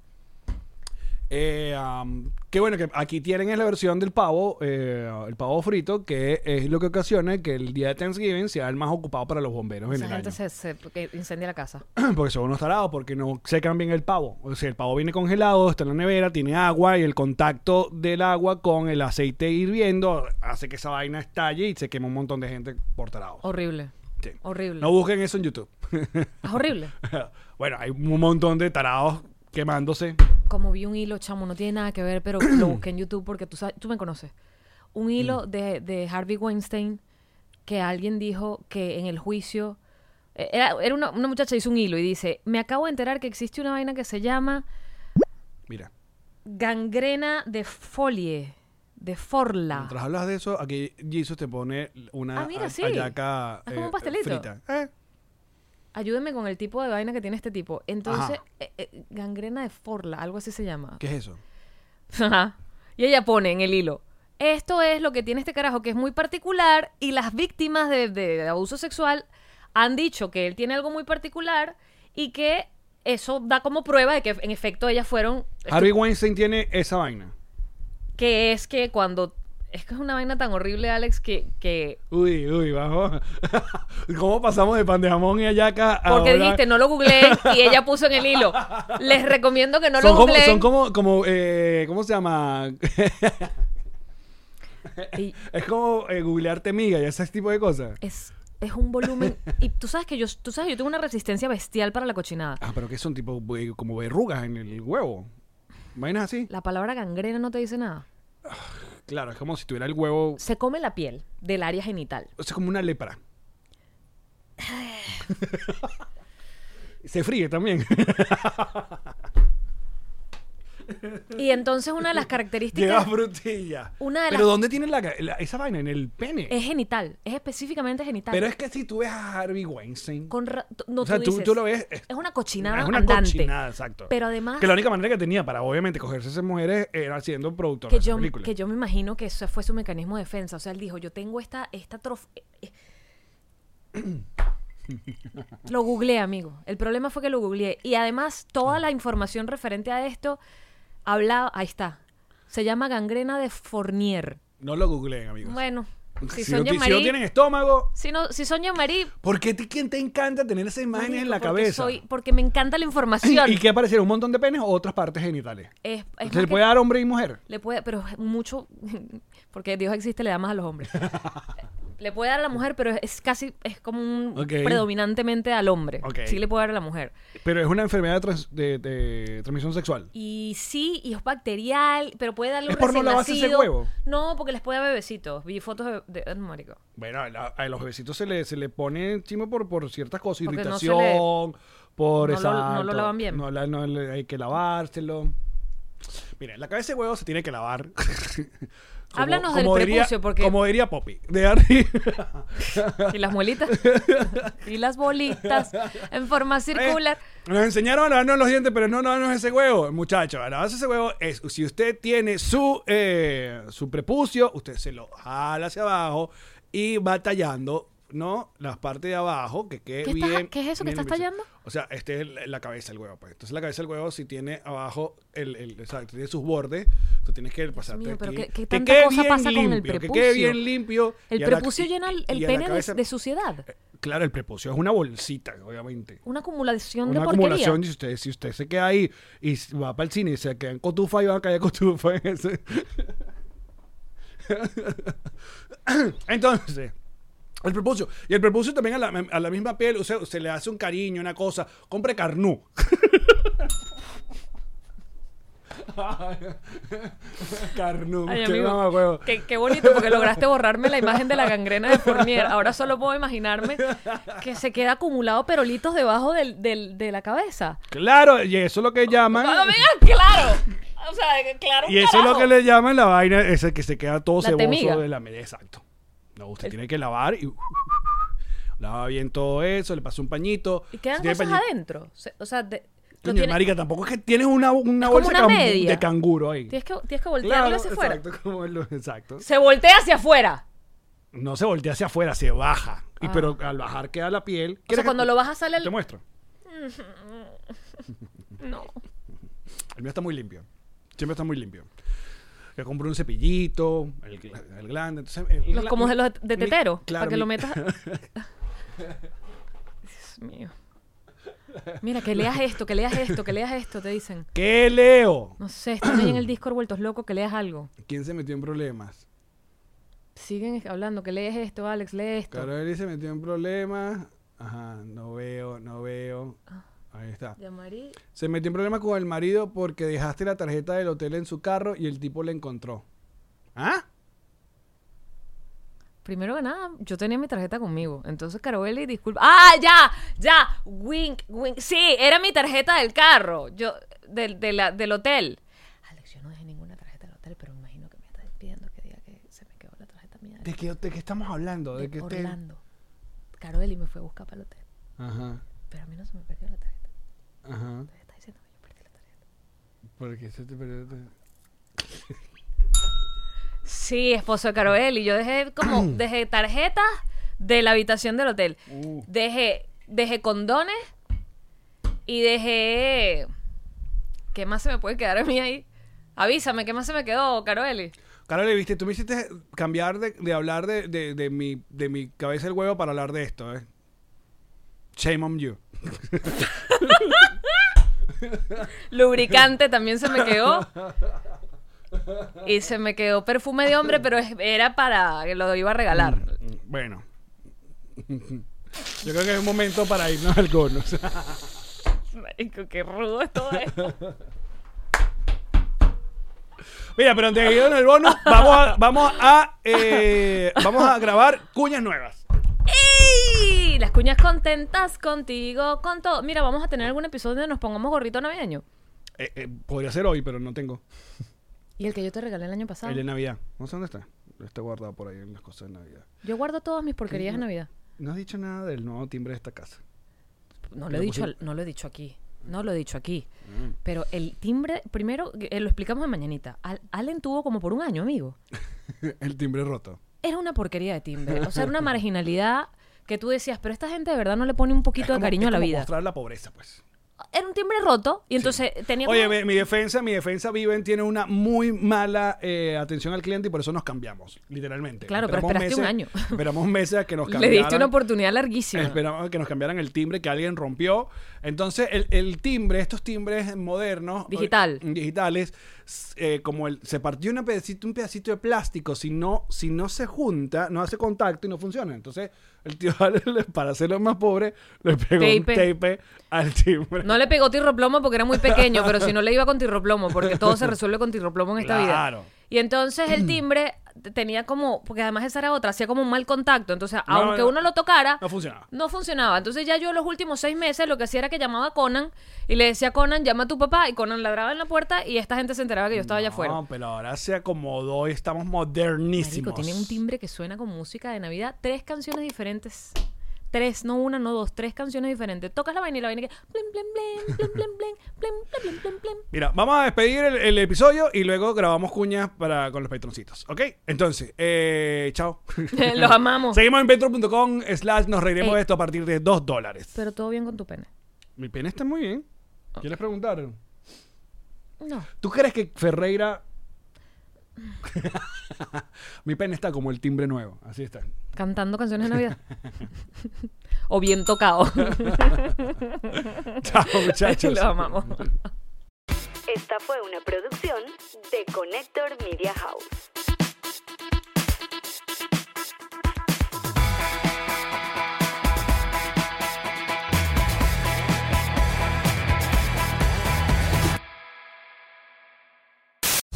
[SPEAKER 3] Eh, am, que bueno, que aquí tienen es la versión del pavo, eh, el pavo frito, que es lo que ocasiona que el día de Thanksgiving sea el más ocupado para los bomberos en
[SPEAKER 2] Esa
[SPEAKER 3] el
[SPEAKER 2] gente
[SPEAKER 3] año.
[SPEAKER 2] se, se- que incendia la casa.
[SPEAKER 3] Porque son unos tarados, porque no secan bien el pavo. O sea, el pavo viene congelado, está en la nevera, tiene agua y el contacto del agua con el aceite hirviendo hace que esa vaina estalle y se quema un montón de gente por tarado.
[SPEAKER 2] Horrible.
[SPEAKER 3] Sí.
[SPEAKER 2] Horrible.
[SPEAKER 3] No busquen eso en YouTube.
[SPEAKER 2] Es horrible.
[SPEAKER 3] bueno, hay un montón de tarados quemándose.
[SPEAKER 2] como vi un hilo, chamo, no tiene nada que ver, pero lo busqué en YouTube porque tú, sabes, tú me conoces. Un hilo de, de Harvey Weinstein que alguien dijo que en el juicio. eh, Era, era una, una muchacha hizo un hilo y dice: Me acabo de enterar que existe una vaina que se llama
[SPEAKER 3] Mira.
[SPEAKER 2] gangrena de folie. de Forla.
[SPEAKER 3] Mientras hablas de eso, aquí Jesus te pone una
[SPEAKER 2] Ah, mira,
[SPEAKER 3] a-
[SPEAKER 2] sí.
[SPEAKER 3] ayaca
[SPEAKER 2] Es como un
[SPEAKER 3] eh,
[SPEAKER 2] pastelito.
[SPEAKER 3] frita. Eh,
[SPEAKER 2] Ayúdeme con el tipo de vaina que tiene este tipo. Entonces,
[SPEAKER 3] Ajá.
[SPEAKER 2] eh, eh, gangrena de Forla, algo así se llama.
[SPEAKER 3] ¿Qué es eso?
[SPEAKER 2] Ajá. Y ella pone en el hilo. Esto es lo que tiene este carajo que es muy particular y las víctimas de, de abuso sexual han dicho que él tiene algo muy particular y que eso da como prueba de que en efecto ellas fueron...
[SPEAKER 3] Harvey Weinstein tiene esa vaina.
[SPEAKER 2] Que es que cuando... Es que es una vaina tan horrible, Alex, que... que
[SPEAKER 3] Uy, uy, vamos. ¿Cómo pasamos de pan de jamón y ayaca a
[SPEAKER 2] porque
[SPEAKER 3] ahora-
[SPEAKER 2] dijiste, no lo googleé y ella puso en el hilo. Les recomiendo que no
[SPEAKER 3] son
[SPEAKER 2] lo
[SPEAKER 3] como,
[SPEAKER 2] googleen.
[SPEAKER 3] son como, como eh, ¿cómo se llama?
[SPEAKER 2] Y-
[SPEAKER 3] es como eh, googlearte miga y ese tipo de cosas.
[SPEAKER 2] es, es un volumen. Y tú sabes que yo, tú sabes, yo tengo una resistencia bestial para la cochinada.
[SPEAKER 3] Ah, pero que son tipo eh, como verrugas en el huevo. Vainas así.
[SPEAKER 2] La palabra gangrena no te dice nada.
[SPEAKER 3] Claro, es como si tuviera el huevo.
[SPEAKER 2] Se come la piel del área genital.
[SPEAKER 3] O sea, como una lepra. Se fríe también. Mm.
[SPEAKER 2] Y entonces una de las
[SPEAKER 3] Lleva
[SPEAKER 2] características
[SPEAKER 3] frutilla.
[SPEAKER 2] Una de
[SPEAKER 3] pero
[SPEAKER 2] las-
[SPEAKER 3] ¿dónde tiene la, ca- la- esa vaina? En el pene.
[SPEAKER 2] es genital, es específicamente genital.
[SPEAKER 3] Pero es que si tú ves a Harvey Weinstein.
[SPEAKER 2] Con ra- t- no,
[SPEAKER 3] o sea,
[SPEAKER 2] tú,
[SPEAKER 3] tú,
[SPEAKER 2] dices,
[SPEAKER 3] tú lo ves. Es,
[SPEAKER 2] Es una cochinada
[SPEAKER 3] es una
[SPEAKER 2] andante.
[SPEAKER 3] cochinada, exacto.
[SPEAKER 2] Pero ah. además
[SPEAKER 3] Que la única manera que tenía para, obviamente, cogerse a esas mujeres era siendo productor
[SPEAKER 2] que
[SPEAKER 3] de
[SPEAKER 2] yo,
[SPEAKER 3] películas.
[SPEAKER 2] que yo me imagino que eso fue su mecanismo de defensa. O sea, él dijo, yo tengo esta, esta trof... eh, eh". lo googleé, amigo. El problema fue que lo googleé. Y además, toda la información referente a esto hablaba... Ahí está. Se llama gangrena de Fournier.
[SPEAKER 3] No lo googleen, amigos.
[SPEAKER 2] Bueno, si,
[SPEAKER 3] Pues, si,
[SPEAKER 2] son
[SPEAKER 3] no, ti- si
[SPEAKER 2] Jean-Marie-
[SPEAKER 3] no tienen estómago,
[SPEAKER 2] Si, no, si son Jean-Marie,
[SPEAKER 3] ¿por qué te, quién te encanta tener esas imágenes en la
[SPEAKER 2] marico, porque
[SPEAKER 3] cabeza?
[SPEAKER 2] soy- porque me encanta la información.
[SPEAKER 3] ¿Y qué aparecieron? ¿Un montón de penes o otras partes genitales?
[SPEAKER 2] Es- es más
[SPEAKER 3] ¿Se
[SPEAKER 2] que-
[SPEAKER 3] le puede dar hombre y mujer?
[SPEAKER 2] le puede- pero es mucho, porque Dios existe, le da más a los hombres. le puede dar a la mujer, pero es, es casi, es como un
[SPEAKER 3] Ok.
[SPEAKER 2] predominantemente al hombre.
[SPEAKER 3] Ok.
[SPEAKER 2] Sí le puede dar a la mujer.
[SPEAKER 3] Pero es una enfermedad de, trans- de- de transmisión sexual.
[SPEAKER 2] Y sí, y es bacterial, pero puede darle
[SPEAKER 3] ¿Es
[SPEAKER 2] un
[SPEAKER 3] por no
[SPEAKER 2] recién
[SPEAKER 3] lavarse ese
[SPEAKER 2] nacido.
[SPEAKER 3] huevo?
[SPEAKER 2] No, porque les puede dar bebecitos. Vi fotos de, de- ah, no, marico.
[SPEAKER 3] Bueno, a, la- a los bebecitos se le, se le pone chimo por, por ciertas cosas,
[SPEAKER 2] Porque no se
[SPEAKER 3] irritación, por
[SPEAKER 2] no lo-
[SPEAKER 3] esa.
[SPEAKER 2] no lo lavan bien.
[SPEAKER 3] No, la- no le- hay que lavárselo. Mira, la cabeza de huevo se tiene que lavar. Como-
[SPEAKER 2] Háblanos del
[SPEAKER 3] diría-
[SPEAKER 2] prepucio, porque-
[SPEAKER 3] Como diría Poppy, de arriba.
[SPEAKER 2] Y las muelitas. y las bolitas en forma circular.
[SPEAKER 3] Eh, nos enseñaron a lavarnos los dientes, pero no lavarnos ese huevo. Muchachos, a lavarse ese huevo es si usted tiene su, eh, su prepucio, usted se lo jala hacia abajo y va tallando, ¿no? Las partes de abajo que quede
[SPEAKER 2] ¿Qué estás-
[SPEAKER 3] bien.
[SPEAKER 2] qué es eso que
[SPEAKER 3] bien
[SPEAKER 2] estás
[SPEAKER 3] limpio.
[SPEAKER 2] tallando?
[SPEAKER 3] O sea, este es la la cabeza del huevo, pues. Entonces la cabeza del huevo si tiene abajo el, el- o sea, tiene sus bordes, tú tienes que pasarte
[SPEAKER 2] mío, pero
[SPEAKER 3] aquí.
[SPEAKER 2] qué- qué
[SPEAKER 3] Que
[SPEAKER 2] tanta
[SPEAKER 3] quede
[SPEAKER 2] cosa
[SPEAKER 3] bien
[SPEAKER 2] pasa con el
[SPEAKER 3] limpio, Que quede
[SPEAKER 2] prepucio.
[SPEAKER 3] bien limpio.
[SPEAKER 2] El
[SPEAKER 3] y a la-
[SPEAKER 2] prepucio
[SPEAKER 3] y-
[SPEAKER 2] llena el, el
[SPEAKER 3] y a la
[SPEAKER 2] pene de-
[SPEAKER 3] cabeza-
[SPEAKER 2] de suciedad.
[SPEAKER 3] Claro, el prepucio es una bolsita, obviamente
[SPEAKER 2] Una acumulación
[SPEAKER 3] una
[SPEAKER 2] de porquería.
[SPEAKER 3] acumulación. Y si usted, si usted se queda ahí y s- va para el cine y se queda en cotufa y va a caer cotufa en ese. Entonces. El prepucio. Y el prepucio también a la, a la misma piel, o sea, se le hace un cariño, una cosa. Compre carnú. carnú.
[SPEAKER 2] Ay,
[SPEAKER 3] qué
[SPEAKER 2] amigo,
[SPEAKER 3] mamahuevo.
[SPEAKER 2] qué, qué bonito porque lograste borrarme la imagen de la gangrena de Fournier. Ahora solo puedo imaginarme que se queda acumulado perolitos debajo del, del- de la cabeza.
[SPEAKER 3] Claro, y eso es lo que llaman.
[SPEAKER 2] ¡Ah, mira, claro! O sea, claro.
[SPEAKER 3] Y eso es lo que le llaman la vaina, ese que se queda todo
[SPEAKER 2] La
[SPEAKER 3] ceboso
[SPEAKER 2] temiga.
[SPEAKER 3] de la media. Exacto. No, usted tiene que lavar y lava bien todo eso, le pasa un pañito.
[SPEAKER 2] Y quedan
[SPEAKER 3] Si tiene
[SPEAKER 2] cosas
[SPEAKER 3] pañi-
[SPEAKER 2] adentro. Se- O sea, de- lo
[SPEAKER 3] Coño,
[SPEAKER 2] tiene-
[SPEAKER 3] marica, tampoco es que tienes una, una
[SPEAKER 2] como
[SPEAKER 3] bolsa
[SPEAKER 2] una
[SPEAKER 3] cam-
[SPEAKER 2] media.
[SPEAKER 3] de canguro ahí.
[SPEAKER 2] tienes, que, tienes que voltearlo
[SPEAKER 3] Claro,
[SPEAKER 2] hacia afuera.
[SPEAKER 3] Exacto, como lo- exacto.
[SPEAKER 2] Se voltea hacia afuera.
[SPEAKER 3] No se voltea hacia afuera, se baja. Y pero al bajar queda la
[SPEAKER 2] Ah. O
[SPEAKER 3] piel.
[SPEAKER 2] sea,
[SPEAKER 3] ¿Quieres que-
[SPEAKER 2] cuando lo bajas sale
[SPEAKER 3] Te
[SPEAKER 2] el...
[SPEAKER 3] muestro.
[SPEAKER 2] No.
[SPEAKER 3] El mío está muy limpio. Siempre está muy limpio. Le compro un cepillito, el, gla- el glande. Entonces, el
[SPEAKER 2] Los
[SPEAKER 3] gla-
[SPEAKER 2] como de los de
[SPEAKER 3] mi-
[SPEAKER 2] tetero.
[SPEAKER 3] claro,
[SPEAKER 2] para que
[SPEAKER 3] mi-
[SPEAKER 2] lo metas... Dios mío. Mira, que leas esto, que leas esto, que leas esto, te dicen.
[SPEAKER 3] ¿Qué leo?
[SPEAKER 2] No sé, están ahí en el Discord vueltos locos que leas algo.
[SPEAKER 3] ¿Quién se metió en problemas?
[SPEAKER 2] Siguen es- hablando, que lees esto, Alex, lee esto.
[SPEAKER 3] Carol se metió en problemas. Ajá, no veo, no veo.
[SPEAKER 2] Ah.
[SPEAKER 3] Ahí está.
[SPEAKER 2] Yamari,
[SPEAKER 3] Se metió en problemas con el marido porque dejaste la tarjeta del hotel en su carro y el tipo la encontró. ¿Ah?
[SPEAKER 2] Primero que nada, yo tenía mi tarjeta conmigo. Entonces, Caroli, disculpa. ¡Ah, ya! ¡Ya! Wink, wink. Sí, era mi tarjeta del carro. Yo, del, de la- del hotel. Alex, yo no dejé ninguna tarjeta del hotel, pero me imagino que me estás pidiendo que
[SPEAKER 3] ¿De qué, de qué estamos hablando? ¿De, qué usted-
[SPEAKER 2] Orlando. Caroli me fue a buscar para el hotel.
[SPEAKER 3] Ajá,
[SPEAKER 2] Pero a mí no se me perdió la tarjeta.
[SPEAKER 3] ajá.
[SPEAKER 2] Me está diciendo que yo perdí la tarjeta.
[SPEAKER 3] Porque se te perdió. te-
[SPEAKER 2] Sí, esposo de Carol. Y yo dejé como, dejé tarjetas de la habitación del hotel.
[SPEAKER 3] Uh.
[SPEAKER 2] Dejé, dejé condones y dejé. ¿Qué más se me puede quedar a mí ahí? Avísame, ¿qué más se me quedó, Carol?
[SPEAKER 3] Carole, viste, tú me hiciste cambiar de, de hablar de, de- de mi, de mi cabeza el huevo para hablar de esto, ¿eh? Shame on you.
[SPEAKER 2] Lubricante también se me quedó. Y se me quedó perfume de hombre, pero es- era para. Lo iba a regalar.
[SPEAKER 3] Mm. Bueno. Yo creo que es un momento para irnos al bonus.
[SPEAKER 2] Marico, qué rudo es todo esto.
[SPEAKER 3] Mira, pero antes de irnos al bonus, vamos a, vamos a, eh, vamos a grabar cuñas nuevas.
[SPEAKER 2] ¡Ey! Las cuñas contentas contigo, con todo. Mira, vamos a tener algún episodio donde nos pongamos gorrito navideño.
[SPEAKER 3] Eh, eh, podría ser hoy, pero no tengo.
[SPEAKER 2] Y el que yo te regalé el año pasado.
[SPEAKER 3] El de Navidad. No sé dónde está. Está guardado por ahí en las cosas de Navidad.
[SPEAKER 2] Yo guardo todas mis porquerías de Navidad.
[SPEAKER 3] No has dicho nada del nuevo timbre de esta casa.
[SPEAKER 2] No lo, he dicho, al- no lo he dicho aquí. No lo he dicho aquí.
[SPEAKER 3] Mm.
[SPEAKER 2] Pero el timbre, primero, eh, lo explicamos en mañanita. Al- Allen tuvo como por un año, amigo.
[SPEAKER 3] El timbre roto.
[SPEAKER 2] Era una porquería de timbre. O sea, era una marginalidad que tú decías, pero esta gente de verdad no le pone un poquito
[SPEAKER 3] Es como-
[SPEAKER 2] de cariño
[SPEAKER 3] es
[SPEAKER 2] a la
[SPEAKER 3] como
[SPEAKER 2] vida.
[SPEAKER 3] Mostrar la pobreza, pues.
[SPEAKER 2] Era un timbre roto y entonces tenía
[SPEAKER 3] Oye,
[SPEAKER 2] como-
[SPEAKER 3] mi, mi defensa, mi defensa Viven tiene una muy mala eh, atención al cliente y por eso nos cambiamos, literalmente.
[SPEAKER 2] Claro, pero
[SPEAKER 3] Esperamos
[SPEAKER 2] esperaste un
[SPEAKER 3] meses-
[SPEAKER 2] año.
[SPEAKER 3] Esperamos meses a que nos
[SPEAKER 2] le
[SPEAKER 3] cambiaran.
[SPEAKER 2] diste una oportunidad larguísima.
[SPEAKER 3] Esperamos a que nos cambiaran el timbre que alguien rompió. Entonces, el, el timbre, estos timbres modernos.
[SPEAKER 2] Digital.
[SPEAKER 3] eh, digitales, s- eh, como el, se partió una pedacito, un pedacito de plástico, si no, si no se junta, no hace contacto y no funciona. Entonces, el tío, Ale, le- para hacerlo más pobre, le pegó un
[SPEAKER 2] Tape.
[SPEAKER 3] tape al timbre.
[SPEAKER 2] No le pegó tirroplomo porque era muy pequeño, pero si no le iba con tirroplomo, porque todo se resuelve con tirroplomo en esta vida.
[SPEAKER 3] Claro.
[SPEAKER 2] Y entonces el timbre t- tenía como, porque además esa era otra, hacía como un mal contacto. Entonces,
[SPEAKER 3] No,
[SPEAKER 2] aunque
[SPEAKER 3] no.
[SPEAKER 2] uno lo tocara,
[SPEAKER 3] No funcionaba.
[SPEAKER 2] no funcionaba. Entonces ya yo los últimos seis meses lo que hacía era que llamaba a Conan y le decía a Conan, llama a tu papá. Y Conan ladraba en la puerta y esta gente se enteraba que yo estaba allá afuera.
[SPEAKER 3] No, pero ahora se acomodó y estamos modernísimos.
[SPEAKER 2] Marico, tiene un timbre que suena con música de Navidad. Tres canciones diferentes. Tres, no una, no dos, tres canciones diferentes. Tocas la vaina y la vaina que... Blim, blim, blim, blim, blim, blim, blim, blim, blim, blim, blim.
[SPEAKER 3] Mira, vamos a despedir el, el episodio y luego grabamos cuñas para, con los patroncitos. ¿Ok? Entonces, eh, chao.
[SPEAKER 2] Los amamos. Eh.
[SPEAKER 3] Seguimos en patreon.com slash nos reiremos
[SPEAKER 2] Ey.
[SPEAKER 3] de esto a partir de 2 dólares.
[SPEAKER 2] Pero todo bien con tu pene.
[SPEAKER 3] Mi pene está muy bien. ¿Quieres preguntar?
[SPEAKER 2] No.
[SPEAKER 3] ¿Tú crees que Ferreira... Mi pene está como el timbre nuevo. Así está.
[SPEAKER 2] Cantando canciones de Navidad. o bien tocado.
[SPEAKER 3] Chao, muchachos.
[SPEAKER 2] Los amamos.
[SPEAKER 1] Esta fue una producción de Connector Media House.